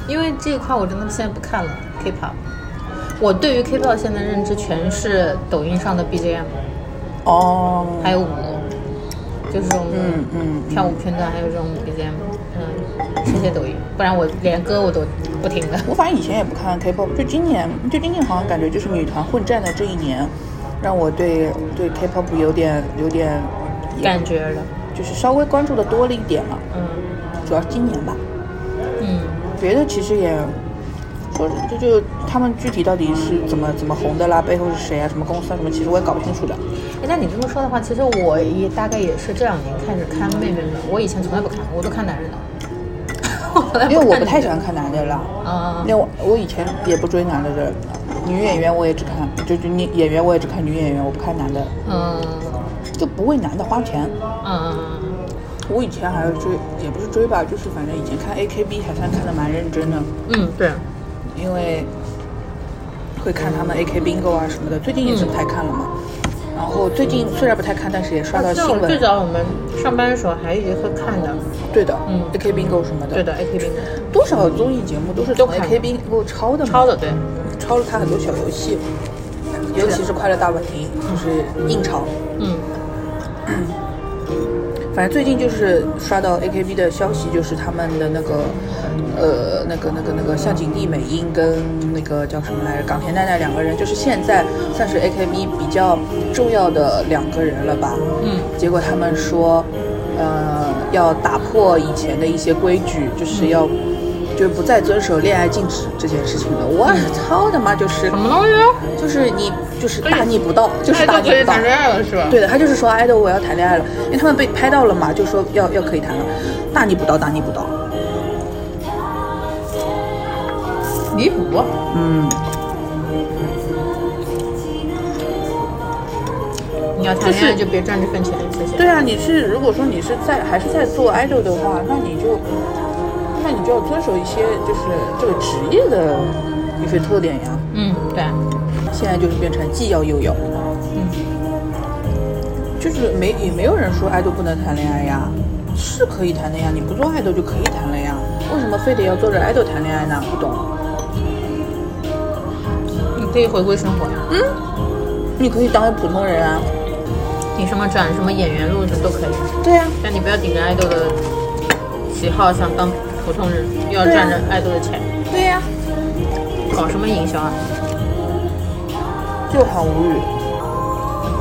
因为这一块我真的现在不看了 K-pop，我对于 K-pop 现在认知全是抖音上的 BGM，
哦，
还有舞，就是这种
嗯嗯
跳舞片段，还有这种 BGM，嗯，这些抖音，不然我连歌我都不听的。
我反正以前也不看 K-pop，就今年，就今年好像感觉就是女团混战的这一年，让我对对 K-pop 有点有点，
感觉了，
就是稍微关注的多了一点嘛，
嗯
主要是今年吧。
嗯，
别的其实也说这就他们具体到底是怎么怎么红的啦，背后是谁啊，什么公司啊什么，其实我也搞不清楚的。
哎，那你这么说的话，其实我也大概也是这两年开始看妹妹们，我以前从来不看，我都看男人 的，后来
因为我
看
不
女
太喜
的
欢看男的啦，
啊，
那我我以前也不追男的的，女演员我也只看，就就女演员我也只看女演员，我不看男的，
嗯
就不为男的花钱。
嗯
我以前还是追，也不是追吧，就是反正以前看 AKB 还算看的蛮认真的，
嗯，对，
因为会看他们 AK Bingo 啊什么的。最近也是不太看了嘛。然后最近虽然不太看，但是也刷到
像
新
我最
闻。
早我们上班的时候还一直会看的，
对的，
嗯
，AK Bingo 什么的。
对，的 AKB 的
多少综艺节目都是
都
从
看
AK Bingo 抄的嘛，
抄的，对，
抄了它很多小游戏，尤其是《快乐大本营》，就是硬抄。
嗯
反正最近就是刷到 AKB 的消息，就是他们的那个，呃，那个那个那个向井丽美音跟那个叫什么来着，冈田奈奈两个人，就是现在算是 AKB 比较重要的两个人了吧。
嗯
结果他们说，呃，要打破以前的一些规矩，就是要。
嗯
就不再遵守恋爱禁止这件事情了，我操他妈就是
嗯什么东西？哎
就是你就是大逆不道，就是大逆
可以
不道
谈。恋爱了是吧？
对的，他就是说，爱豆我要谈恋爱了，因为他们被拍到了嘛，就说要要可以谈了，大逆不道，大逆不道。
离谱，
嗯，
你要谈恋爱就别赚这份钱，谢谢。
对啊，你是如果说你是在还是在做爱豆的话，那你就那你就要遵守一些就是这个职业的一些特点呀。
嗯，对，
现在就是变成既要又要，
嗯，
就是没也没有人说爱豆不能谈恋爱呀，是可以谈的呀，你不做爱豆就可以谈了呀，为什么非得要做着爱豆谈恋爱呢？不懂。
你可以回归生活呀，
你可以当个普通人啊。
你什么转什么演员路子都可以，
对呀、
但你不要顶着爱豆的喜好想当普通人，又要
对啊
赚着爱豆的钱，
对呀、
搞什么营销啊？
就很无语。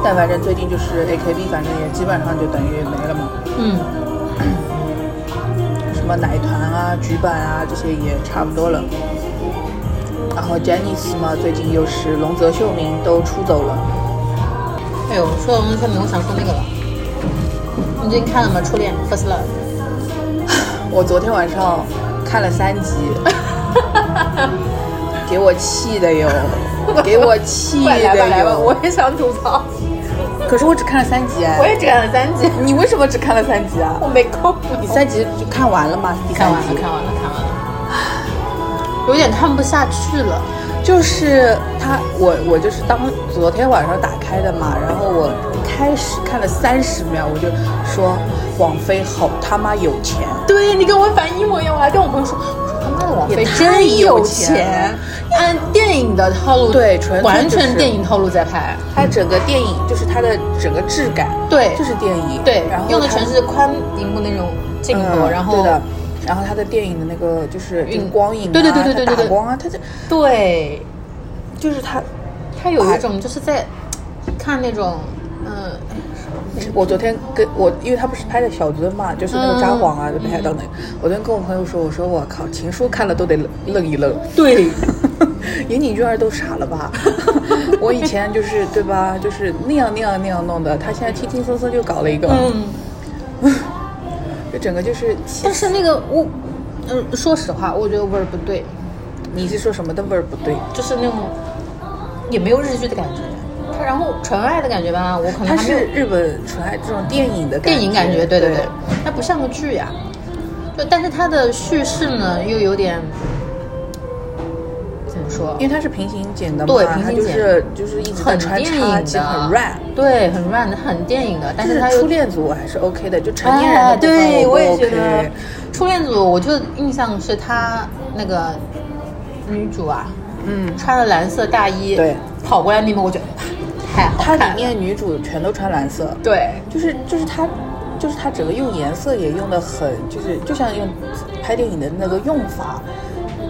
但反正最近就是 AKB，反正也基本上就等于没了嘛。
嗯，
什么奶团啊、局版啊这些也差不多了。然后 Janice 嘛，最近又是龙泽秀明都出走了。
哎呦，说到龙村明，我想说那个了，你最近看了吗？初恋 First Love。
我昨天晚上看了三 集，给我气的哟，给我气
快来吧，
的
来吧， 我
哟。
也想吐槽，
可是我只看了三集
我
哎，
也只看了三集，
你为什么只看了三集啊？
我没空。
你三集就看完了吗？第
看
三
完了，
集
看完了，看完了，有点看不下去了。
就是他，我我就是当昨天晚上打开的嘛，然后我开始看了三十秒，我就说王菲好他妈有钱，
对你跟我反应一模一样，我还跟我朋友说，我说他妈的王菲
也太
真
有
钱
钱，
按电影的套路，
对纯粹
完
就
全
是
电影套路在拍，
她整个电影就是她的整个质感，
对
就是电影，
对，
然后
用的
她
全是宽荧幕那种镜头，
嗯
然后
对的，然后她的电影的那个就是
运
就是光影啊，
对对对对对
她
对
打光啊，她这
对，
就是她，
他有一种就是在呃看那种，嗯，
我昨天跟我，因为他不是拍的小尊嘛，就是那个札幌
嗯
啊，就拍到那个。我昨天跟我朋友说，我说我靠，情书看了都得愣愣一愣。
对，
岩井俊二都傻了吧？ 我以前就是对吧，就是那样那样那样弄的，他现在轻轻松松就搞了一个，
嗯。
就整个就是气。
但是那个我，嗯、说实话，我觉得味儿不对，
你是说什么的味儿不对？
就是那种也没有日剧的感觉，它然后纯爱的感觉吧，我可能
它
还没有
是日本纯爱这种电影的
电影感觉，对
对
对对，它不像个剧呀、对，但是它的叙事呢又有点怎么说
因？为它是平行剪的嘛，
对平
它
行
就
剪
是就是一直在
很
穿
电
插，
影
其实
的，
很 rap。
对，很 rap 的，很电影的，但
就是
它
初
又
恋组我还是 OK 的，就成年人
哎，
的部分
对，
我
也
不
觉
OK
得。初恋组，我就印象是她那个女主啊，
嗯，
穿了蓝色大衣，
对，
跑过来哎那幕，我觉得啪太好
它
看了。
里面女主全都穿蓝色，
对，
就是就是她，就是它整个用颜色也用的很，就是就像用拍电影的那个用法，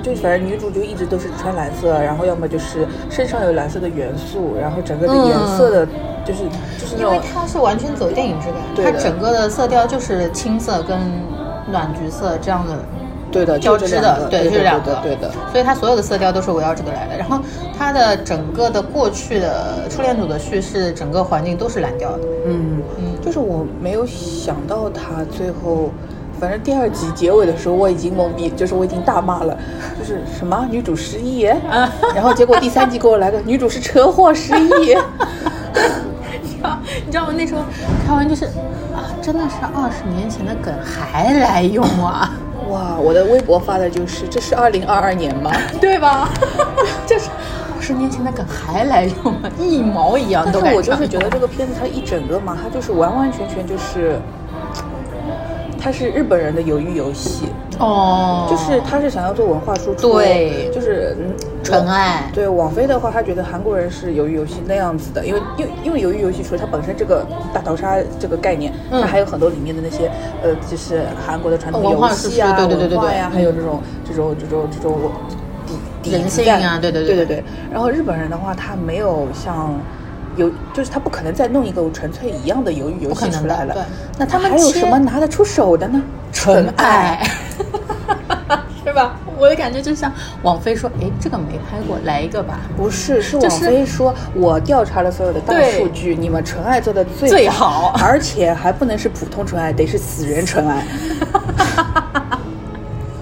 就反正女主就一直都是穿蓝色，然后要么就是身上有蓝色的元素，然后整个的颜色的，就是就是那
嗯因为
种
它是完全走电影质感，
对
它
的
整个的色调就是青色跟暖橘色这样的
对的
交
就这
织
两
的
个，，
对，
对
就是两
对
个，
的对的，
所以它所有的色调都是围绕这个来的。然后它的整个的过去的初恋组的叙事，整个环境都是蓝调的。
嗯，就是我没有想到他最后，反正第二集结尾的时候我已经懵逼，就是我已经大骂 了，就是什么女主失 忆，然后结果第三集给我来个女主是车祸失忆，
你知道吗？那时候看完就是啊，真的是二十年前的梗还来用啊，
哇，我的微博发的就是这是二零二二年吗？
对吧？ 就是二十年前的梗还来用啊，一毛一样
但
都
是
敢
我就
唱
是觉得这个片子它一整个嘛，它就是完完全全就是，它是日本人的鱿鱼游戏，
哦，
就是他是想要做文化输出，
对
就是嗯
纯爱
对网飞的话，他觉得韩国人是鱿鱼游戏那样子的，因为因为因为鱿鱼游戏除了它本身这个大逃杀这个概念，
嗯
它还有很多里面的那些呃，就是韩国的传统
文化
游戏啊、
输出对对对对对
文化呀，
嗯
还有这种这种这种这种底底
人性
感
啊对对
对
对
对对。然后日本人的话，他没有像。有，就是他不可能再弄一个纯粹一样的鱿鱼游
不可
戏
能
出来
的
了
对，
那
他
他
们
还有
切
什么拿得出手的呢？
纯爱， 是吧？我的感觉就像网飞说，哎，这个没拍过，来一个吧。
不是，是
就
网
是
飞说，我调查了所有的大
对
数据，你们纯爱做的最
最
好，
好
而且还不能是普通纯爱，得是死人 纯爱。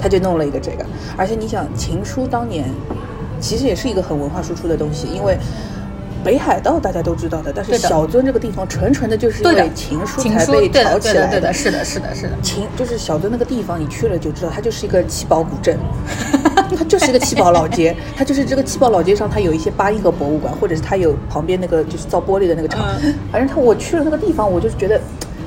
他就弄了一个这个，而且你想，《情书》当年其实也是一个很文化输出的东西，因为北海道大家都知道的，但是
对的
小樽这个地方纯纯的就是因
对
为
的，
《情书》
情
才
书，
被
对
炒
的，
起
对
来
的，对的，是的，是的，是的。
秦就是小樽那个地方，你去了就知道，它就是一个七宝古镇， 它就是一个七宝老 街，它就是这个七宝老街上，它有一些八音盒博物馆，或者是它有旁边那个就是造玻璃的那个厂，
嗯
反正它我去了那个地方，我就是觉得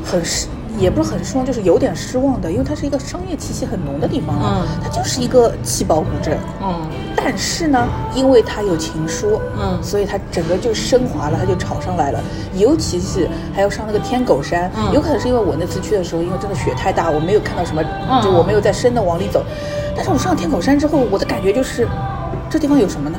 很失，也不是很失望，就是有点失望的，因为它是一个商业气息很浓的地方嘛，
嗯
它就是一个七宝古镇，
嗯，
但是呢，因为它有情书，
嗯
所以它整个就升华了，它就炒上来了。尤其是还要上那个天狗山，
嗯
有可能是因为我那次去的时候，因为真的雪太大，我没有看到什么，
嗯
就我没有再深的往里走。但是我上天狗山之后，我的感觉就是，这地方有什么呢？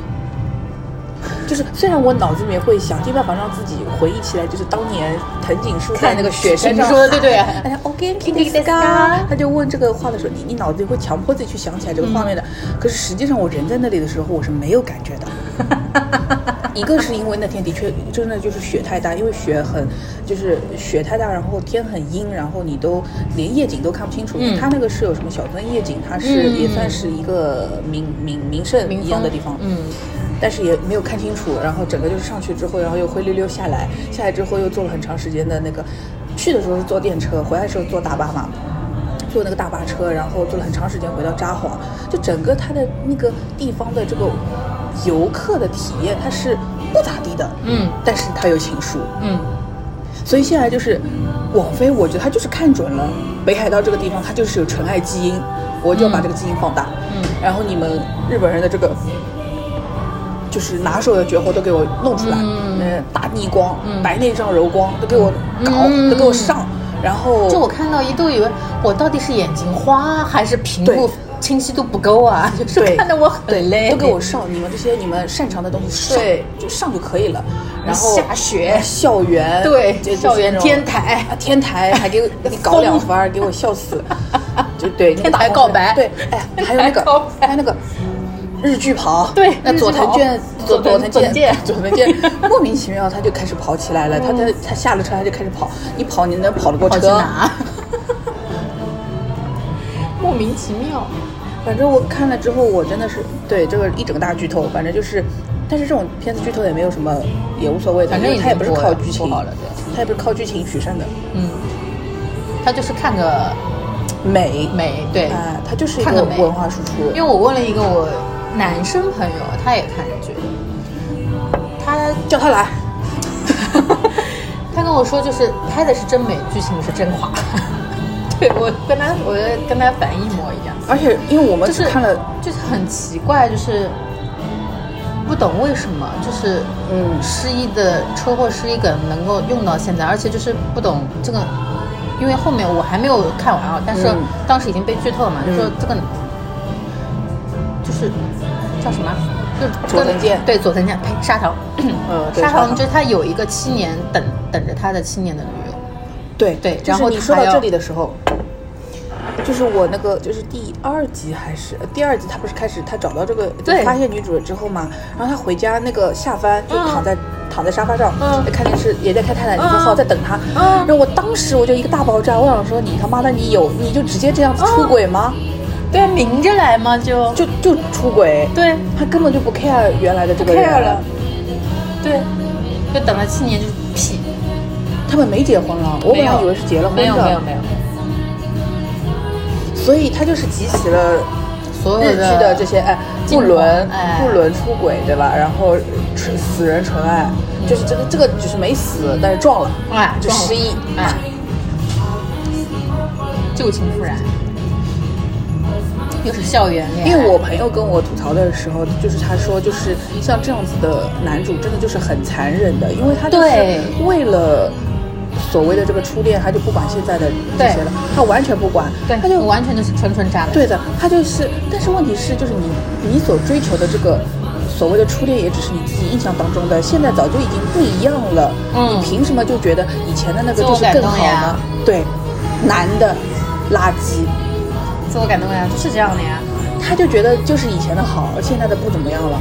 就是虽然我脑子里面会想尽办法让自己回忆起来，就是当年藤井树在
看
那个雪山上
情书
喊
对对啊
大家哎 OK k i
Kinki
k
desu
i
ka？
他就问这个话的时候，你你脑子里会强迫自己去想起来这个画面的。
嗯
可是实际上我人在那里的时候，我是没有感觉 的。一个是因为那天的确真的就是雪太大，因为雪很就是雪太大，然后天很阴，然后你都连夜景都看不清楚。因为它那个是有什么小樽夜景，它是、
嗯
也算是一个名名名胜
民
一样的
风
地方。
嗯，
但是也没有看清楚，然后整个就是上去之后，然后又灰溜溜下来，下来之后又坐了很长时间的那个，去的时候是坐电车，回来的时候坐大巴嘛，坐那个大巴车，然后坐了很长时间回到札幌，就整个它的那个地方的这个游客的体验，它是不咋地的，
嗯
但是它有情书，
嗯，
所以现在就是网飞，我觉得他就是看准了北海道这个地方，它就是有纯爱基因，我就要把这个基因放大。
嗯
然后你们日本人的这个就是拿手的绝活都给我弄出来，
嗯
呃大逆光、
嗯
白内障、柔光都给我搞，
嗯
都给我上。然后
就我看到一度以为我到底是眼睛花还是屏幕
对
清晰度不够啊，就是
对
看得我
对
很累，
都给我上你们这些你们擅长的东西上，
对
就上就可以了。然后
下雪
校园，
对
就就是
校园
那种
天台
啊，天台 还给我给你搞两番儿，给我笑死。就对，那个
天台
大黄
告白
对，哎，还有那
天台告
个，还有那个。日剧跑，
对
那
日剧
佐藤
跑
健，佐
佐藤
藤
佐
健
健，
佐藤健，莫名其妙他就开始跑起来了。他在他下了车他就开始跑，你跑你能跑得过
跑去
车？
哪？ 莫名其妙，
反正我看了之后，我真的是对这个一整个大剧透。反正就是，但是这种片子剧透也没有什么，也无所谓的，
反正
因为它也
已
不
经
是
播
靠
了
剧情，
播好了对
它也不是靠剧情取胜的
嗯，他就是看个
美
美，对，
啊，它就是一
看得
个
美
文化输出
因为。我问了一个我男生朋友，他也看剧，他
叫他来，
他跟我说，就是拍的是真美，剧情是真花。 对我跟他，我跟他反应一模一样，
而且因为我们
就
只
是
看了，
就是很奇怪，就是不懂为什么，就是
嗯
失忆的车祸失忆梗能够用到现在，而且就是不懂这个因为后面我还没有看完啊，但是
嗯
当时已经被剧透了嘛，就说这个就是叫什么？啊就是
佐藤健
对佐藤健，呸，沙糖，
嗯对
沙
砂
糖
糖
就是他有一个七年等等着他的七年的女友，
对
对
就是
然后
你
他
说到
要
这里的时候，就是我那个就是第二集还是呃第二集，他不是开始他找到这个
对
发现女主了之后嘛，然后他回家那个下班就
嗯
躺在、躺在沙发上、
嗯
在看电视，也在看《泰坦尼克号》
嗯
在等他，
嗯
然后我当时我就一个大爆炸，我想说你他妈的你有你就直接这样
嗯
子出轨吗？
对啊，明着来嘛就
就就出轨，
对
他根本就不 care 原来的这个人
care 了对，就等了七年就是屁，
他们没结婚了，我本
没
来
有
以为是结了婚的，
没有没有没有，
所以他就是集齐了
所有
日剧的这些哎，
精
不
华
伦
哎
不伦出轨对吧？然后纯死人纯爱，就是这个这个只是没死，但是撞了，
嗯哎
就
撞了
失忆，
哎，旧情复燃，又是校园恋爱，
因为我朋友跟我吐槽的时候，就是他说，就是像这样子的男主，真的就是很残忍的，因为他就是
对
为了所谓的这个初恋，他就不管现在的这些了，他完全不管，
对
他就
我完全就是纯纯渣男，
对的，他就是，但是问题是，就是你你所追求的这个所谓的初恋，也只是你自己印象当中的，现在早就已经不一样了。
嗯
你凭什么就觉得以前的那个
自我
就是
感
更
动
好
呀
呢？对，男的垃圾，
自我感动呀，就是这样的呀，
他就觉得就是以前的好，现在的不怎么样了。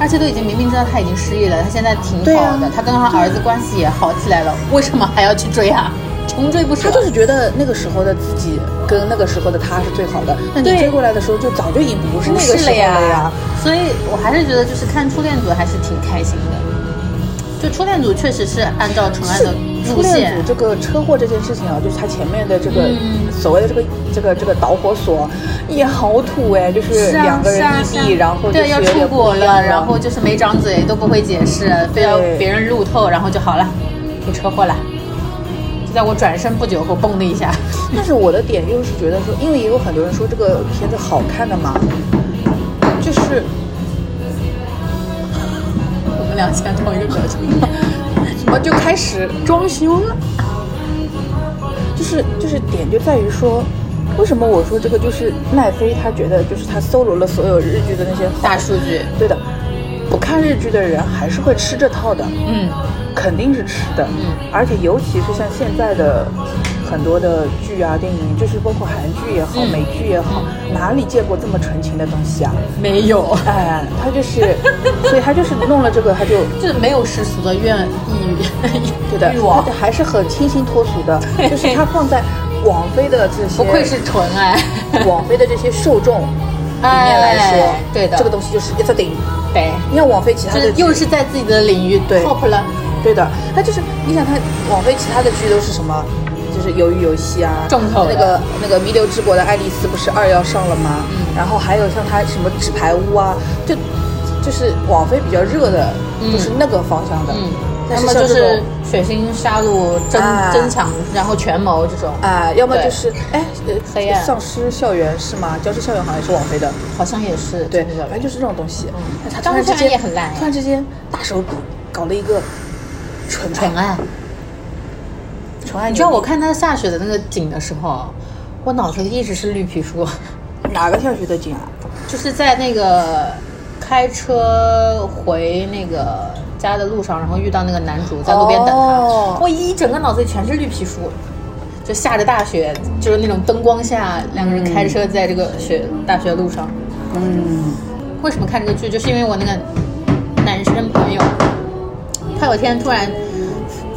而且都已经明明知道他已经失忆了，他现在挺
对
好
啊
的，他跟他儿子关系也好起来了，为什么还要去追啊？穷追不舍。
他就是觉得那个时候的自己跟那个时候的他是最好的，那你
对
追过来的时候就早就已经不是
不
那个时候啊
了
了呀。
啊所以我还是觉得就是看初恋组还是挺开心的。就初恋组确实是按照纯爱
是
的
初
路
恋
线
组，这个车祸这件事情啊，就是他前面的这个、
嗯
所谓的这个这个这个导火索也好土哎，就是
是啊
两个人
是啊
异
是
地，
啊
然后就
对
是
要
有点
出
不
国
一样
了，然后就是没长嘴都不会解释，非要
对
别人路透，然后就好了，出车祸了。就在我转身不久后，嘣的一下，
但是我的点又是觉得说，因为也有很多人说这个片子好看的嘛，就是
我们俩现在同一个表情。
什呃么就开始装修了，就是就是点就在于说。为什么我说这个就是奈飞？他觉得就是他搜罗了所有日剧的那些好
大数据，
对的，不看日剧的人还是会吃这套的，
嗯，
肯定是吃的。
嗯，
而且尤其是像现在的很多的剧啊、电影，就是包括韩剧也好、
嗯
美剧也好，哪里见过这么纯情的东 西啊？
没有，
哎，他就是，所以他就是弄了这个，他就
就是没有世俗的愿意
对的，
欲望
他，还是很清新脱俗的，就是他放在网飞的这些，
不愧是纯爱。
网飞的这些受众里面来说，
哎对的
这个东西就是 it's a thing。
对，
你看网飞其他
就
的
是
剧
又是在自己的领域
对
top 了，
对的，他就是你想他网飞其他的剧都是什么？就是鱿鱼游戏啊，
重口的
那个那个弥留之国的爱丽丝不是二要上了吗？
嗯
然后还有像他什么纸牌屋啊，就就是网飞比较热的，
嗯
就是那个方向的。
嗯，
但
要
是
么
像
就
这种
是血腥杀戮、争
啊
争抢，然后权谋这种，
啊、要么
对
就是哎，
黑
呃，
暗嗯
丧尸校园是吗？僵尸校园好像也是网飞的，
好像也是
对，
这
反
种
正就是这种东西。
嗯
他突然之
僵尸校园
间
也很烂呀
突然之间大手笔搞了一个纯爱
纯爱。
纯爱，
你知道我看他下雪的那个景的时候，我脑子里一直是绿皮书，
哪个跳学的景啊？
就是在那个开车回那个家的路上，然后遇到那个男主在路边等他，
哦
我一整个脑子里全是绿皮书。就下着大雪，就是那种灯光下，两个人开车在这个雪大雪路上，
嗯。
为什么看这个剧，就是因为我那个男生朋友，他有一天突然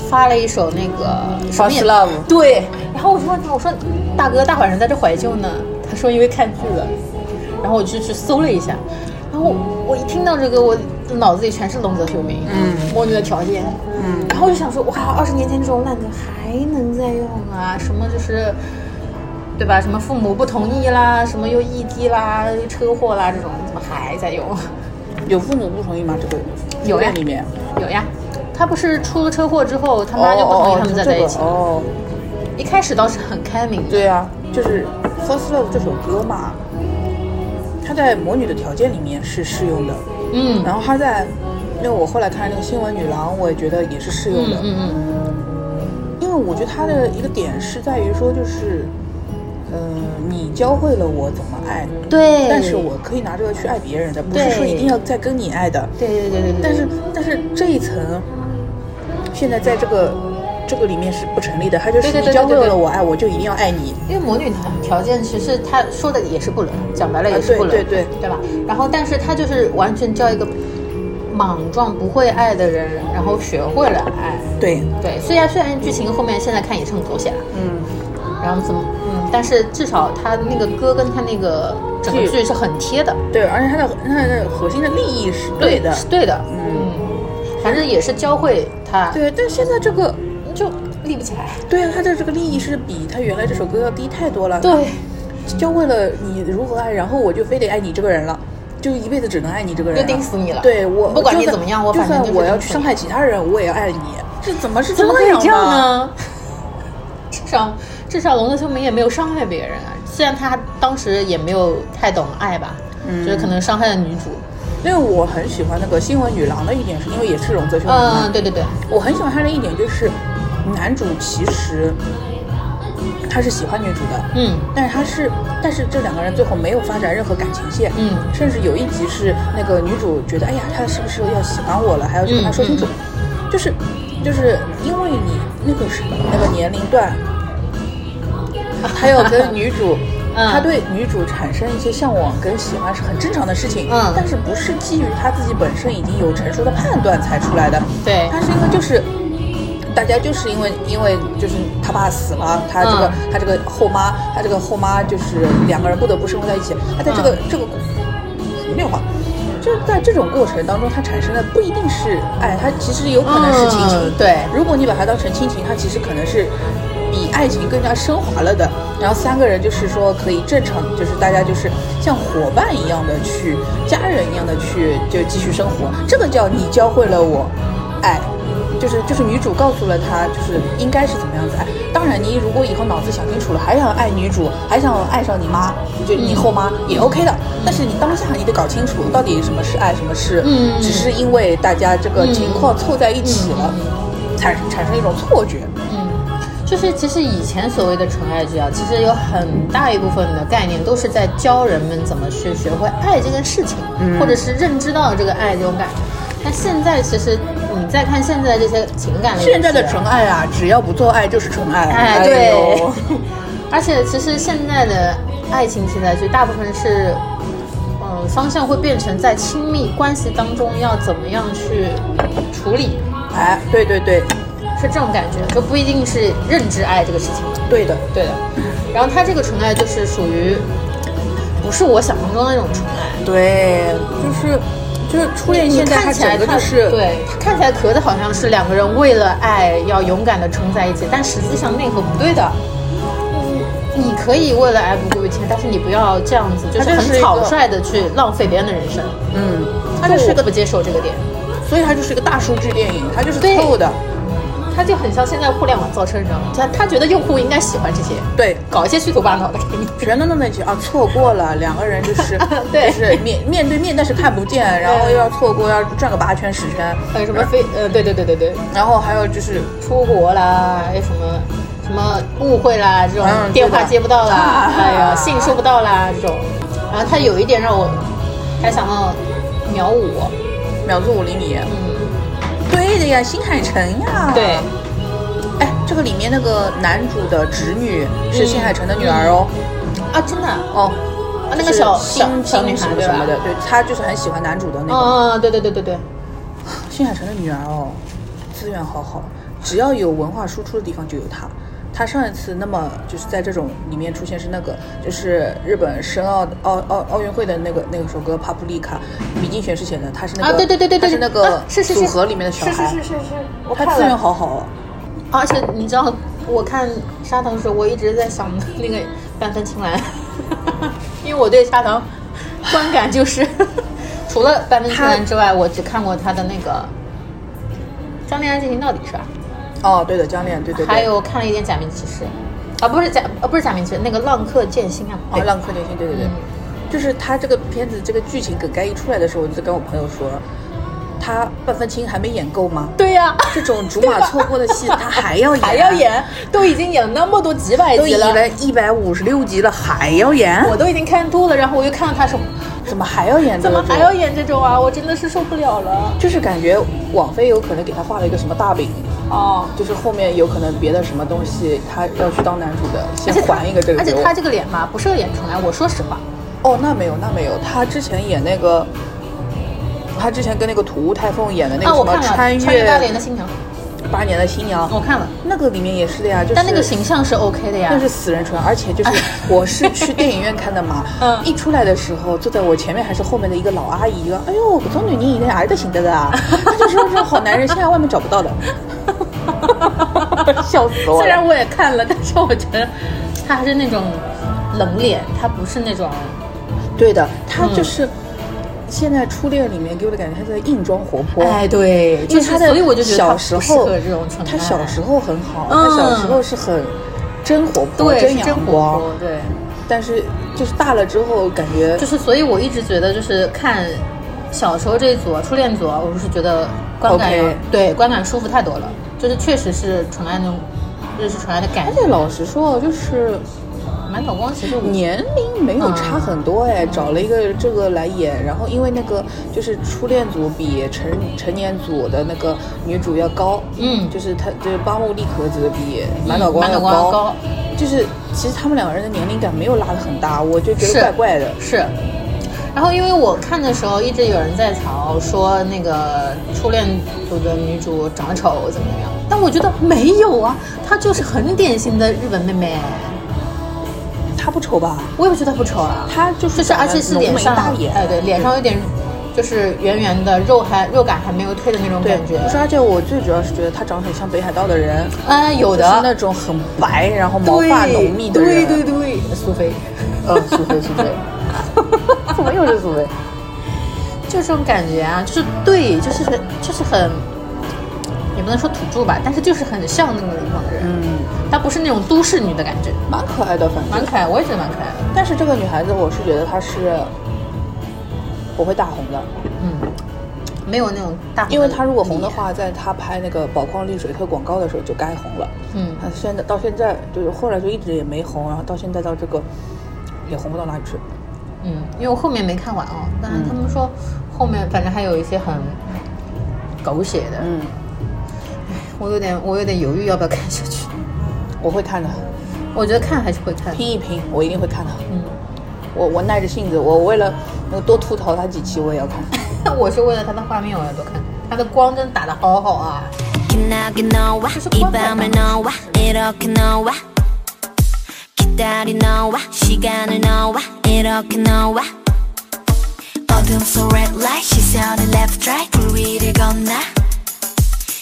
发了一首那个
First
什么也
Love
对，然后我就问他，我说大哥，大晚上在这怀旧呢？他说因为看剧了，然后我就去搜了一下，然后我一听到这个，我脑子里全是龙泽秀明，
嗯，
魔女的条件，
嗯
然后我就想说，哇，二十年前这种烂梗还能再用啊？什么就是，对吧？什么父母不同意啦，什么又异地啦，又车祸啦，这种怎么还在用？
有父母不同意吗？这个
有呀
这个里面
有呀，他不是出了车祸之后，他妈就不同意他们再在一起。
哦，
一开始倒是很开明的，
对呀、就是 First Love 这首歌嘛，它在《魔女的条件》里面是适用的，
嗯
然后它在，因为我后来看那个新闻女郎，我也觉得也是适用
嗯
的，
嗯嗯，
因为我觉得他的一个点是在于说，就是，呃，你教会了我怎么爱，
对，
但是我可以拿这个去爱别人的，不是
对
说一定要再跟你爱的。
对对对对对，
但是但是这一层，现在在这个这个里面是不成立的，它就
对
是
对对
你教会
对对
了
对
我哎爱，我就一定要爱你。
因为母女条件其实他说的也是不伦，讲白了也是不伦，
啊对对
对，吧？然后，但是他就是完全叫一个莽撞不会爱的人，然后学会了爱，
对，
对。虽然虽然剧情后面现在看也是很狗血了，啊
嗯，
然后怎么嗯，但是至少他那个歌跟他那个整个
剧
剧是很贴的，
对，而且它的它的核心的利益是对的。
是对的，嗯，反正也是教会他，
对，但现在这个，
就立不起来，
对啊，它的这个利益是比它原来这首歌要低太多了。，
对。
教会了你如何爱，然后我就非得爱你这个人了，就一辈子只能爱你这个人
就
了，
盯死你了
对我
不管
就
你
算
怎么样我
就
反正
算
就是
我要
盯死
去
你
伤害其他人，我也要爱你。这怎么是
怎么可以
样
这样？呢？ 至少至少龙的兄妹也没有伤害别人啊，虽然他当时也没有太懂爱吧，
嗯
就是可能伤害了女主。
因为我很喜欢那个新闻女郎的一点，是因为也是龙泽秀明嘛
嗯，对对对，
我很喜欢她的一点就是，男主其实他是喜欢女主的，
嗯
但是他是，但是这两个人最后没有发展任何感情线，
嗯
甚至有一集是那个女主觉得，哎呀，他是不是要喜欢我了，还要
嗯
去跟他说清楚，就是，就是因为你那个是那个年龄段，他要跟女主。
嗯
他对女主产生一些向往跟喜欢是很正常的事情，
嗯
但是不是基于他自己本身已经有成熟的判断才出来的，
对
他是因为就是。大家就是因为因为就是他爸死了，他这个、
嗯
他这个后妈，他这个后妈就是两个人不得不生活在一起。他在这个、
嗯
这个变化，就是在这种过程当中，他产生的不一定是爱，他其实有可能是亲情。
嗯对
如果你把它当成亲情，它其实可能是比爱情更加升华了的。然后三个人就是说可以正常，就是大家就是像伙伴一样的去，家人一样的去，就继续生活。这个叫你教会了我爱。就是就是女主告诉了他，就是应该是怎么样子爱。当然，你如果以后脑子想清楚了，还想爱女主，还想爱上你妈，就你后妈、也 OK 的。但是你当下你得搞清楚，到底什么是爱，什么是，
嗯
只是因为大家这个情况凑在一起了，产产生一种错觉。
嗯，就是其实以前所谓的纯爱剧啊，其实有很大一部分的概念都是在教人们怎么去学会爱这件事情，
嗯
或者是认知到这个爱这种感觉。但现在其实你再看现在这些情感类游戏啊，
现在的纯爱啊，只要不做爱就是纯爱。
哎，
呦
对， 而且其实现在的爱情题材剧大部分是，嗯，方向会变成在亲密关系当中要怎么样去处理，
哎，对对对，
是这种感觉，就不一定是认知爱这个事情。
对的，
对的，然后他这个纯爱就是属于，不是我想象中的那种纯爱。
对，就是就是初恋，现在
你
它
看起来
整个
他
就是
对，看起来壳子好像是两个人为了爱要勇敢的冲在一起，但实际上内核不对的。嗯，你可以为了爱不顾一切，但是你不要这样子，就是
它就是
很
一个
草率的去浪费别人的人生。
嗯，它
他
就
就是是
个，
不接受这个点，
所以它就是一个大数据电影，它就是
对
凑的，
他就很像现在互联网造车，你知道吗？他他觉得用户应该喜欢这些，
对。
搞一些虚头巴脑的给你。
全都弄在一起啊，错过了两个人就是
对
就是面面 对面，但是看不见，然后又要错过，要转个八圈十圈，
还有什么非呃，对对对对对，
然后还有就是
出国啦，还有什么什么误会啦，这种
嗯
电话
对的
接不到啦
啊，
哎呀，信收不到啦，这种。然后他有一点让我还想到秒我，
秒速五厘米，
嗯，
对的呀，新海诚呀，
对，
哎，这个里面那个男主的侄女是新海诚的女儿哦，
啊，真的啊，
哦，
啊那个小
就是
小
新
小女
新
孩
什么
对
什么
吧
的，？对，她就是很喜欢男主的那个
嗯，对对对对对，嗯
新海诚的女儿哦，资源好好，只要有文化输出的地方就有她。她上一次那么就是在这种里面出现是那个，就是日本申奥奥奥奥运会的那个那个首歌《帕布利卡》，米津玄师写的，她是那个
啊，对对对对
她
对，
是那
啊
个
是是是
组合里面的小孩，
是是是是是，我
她
看
资源
了。
好好哦。
而且你知道，我看砂糖的时候，我一直在想那个半分青蓝，因为我对砂糖观感就是，除了半分青蓝之外，我只看过他的那个《将恋爱进行到底》是吧？
哦，对的，江恋，对对对，
还有看了一点《假面骑士》，啊，不是假，呃、不是假面骑士，那个《浪客剑心》啊，
哦
对，，
浪客剑心，对对对，
嗯
就是他这个片子这个剧情梗概一出来的时候，我就跟我朋友说，他半分青还没演啊够吗？
对呀、
这种竹马错过的戏，他还要 演，
还要，演，都已经演那么多几百
都
集
演
了，
了一百五十六集了，还要演，
我都已经看吐了。然后我又看到他说，
怎么还要演？
怎么还要？演这种啊？我真的是受不了了。
就是感觉网飞有可能给他画了一个什么大饼，
哦，
就是后面有可能别的什么东西他要去当男主的，
而
先
且他
还一个这个
而
给
且
我。
他这个脸嘛，不适合演出来。我说实话，
哦，那没有，那没有，他之前演那个，他之前跟那个土屋太凤演的那
啊，
个
我
什
看
么
了《
穿
穿越大连的新娘》，
八年的新娘，
我看了，
那个里面也是的呀，就是
哦但那个形象是 OK 的呀。
那是 死人唇，而且就是我是去电影院看的嘛，
嗯
一出来的时候坐在我前面还是后面的一个老阿姨，一个哎呦，总女你以前儿子型的 啦，她就说这种好男人现在外面找不到的，笑死我
虽然
了。
我也看了，但是我觉得他还是那种冷脸，他不是那种
对的，她就是。
嗯
现在初恋里面给我的感觉，她在硬装活泼，
哎，对，
因
就
为
是
他的
所以我就觉得他
小
不
时
适
候
合这种纯爱。
他小时
候
候很好，
嗯
他小时候是很真活泼、
对是
阳
真活
光，
泼，对，
但是就是大了之后感觉
就是所以我一直觉得就是看小时候这一组啊初恋组啊，我是觉得观感
OK
对观感舒服太多了，就是确实是纯爱那种日式纯爱的感
而
觉。
且老实说，啊就是
满岛光其实我
年龄没有
嗯
差很多哎，找了一个这个来演，然后因为那个就是初恋组比成成年组的那个女主要高，
嗯
就是她就是八木利可子比满岛光
满岛
要
光要高
就是其实他们两个人的年龄感没有拉得很大，我就觉
是
得怪怪的。
是。然后因为我看的时候，一直有人在嘲说那个初恋组的女主长得丑怎么怎么样，但我觉得没有啊，她就是很典型的日本妹妹，
她不丑吧？
我也不觉得她不丑啊，
她就是
就是而且是脸上
浓眉大眼
哎对，脸上有点就是圆圆的肉还肉感还没有退的那种
对
感，觉，
不是，而且我最主要是觉得她长得很像北海道的人，
哎有
就是那
的，
种很白，然后毛
对
发浓密的人。
对对对，苏菲，
呃，苏 菲，苏菲，怎么又是苏菲？
就这种感觉啊，就是对，就是很就是很。也不能说土著吧，但是就是很像那个地方的人。
嗯，
她不是那种都市女的感觉，
蛮可爱的，反正。
蛮可爱，我也觉得蛮可爱的。
但是这个女孩子，我是觉得她是不会大红的，
嗯，没有那种大，
因为她如果红的，话，在她拍那个宝矿力水特广告的时候就该红了。
嗯，
她现在到现在就是后来就一直也没红，然后到现在到这个也红不到哪里去。
嗯，因为我后面没看完哦，但是他们说
嗯
后面反正还有一些很狗血的，
嗯，
我有点我有点犹豫要不要看下去。
我会看的，
我觉得看还是会看，
拼一拼，我一定会看的。
嗯，
我我耐着性子，我为了能多吐槽他几期，我也要 看。
我是为了它的画面我要多看，它的光真打得好好啊，
기나게 너와
그래서
이
그만
밤을
말해.
너와 이렇게 너와 기다린 너와 시간을 너와 이렇게 너와 어둠 속 red light 시선의 left right 불 위를 건나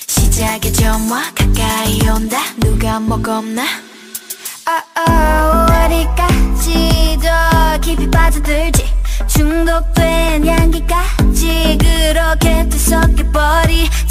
시작의 점화 가까이 온다 누가 먹었나 oh, oh, 어디까지도 깊이 빠져들지 중독된 향기까지 어, 그렇게 뒤섞여버리 어, 어,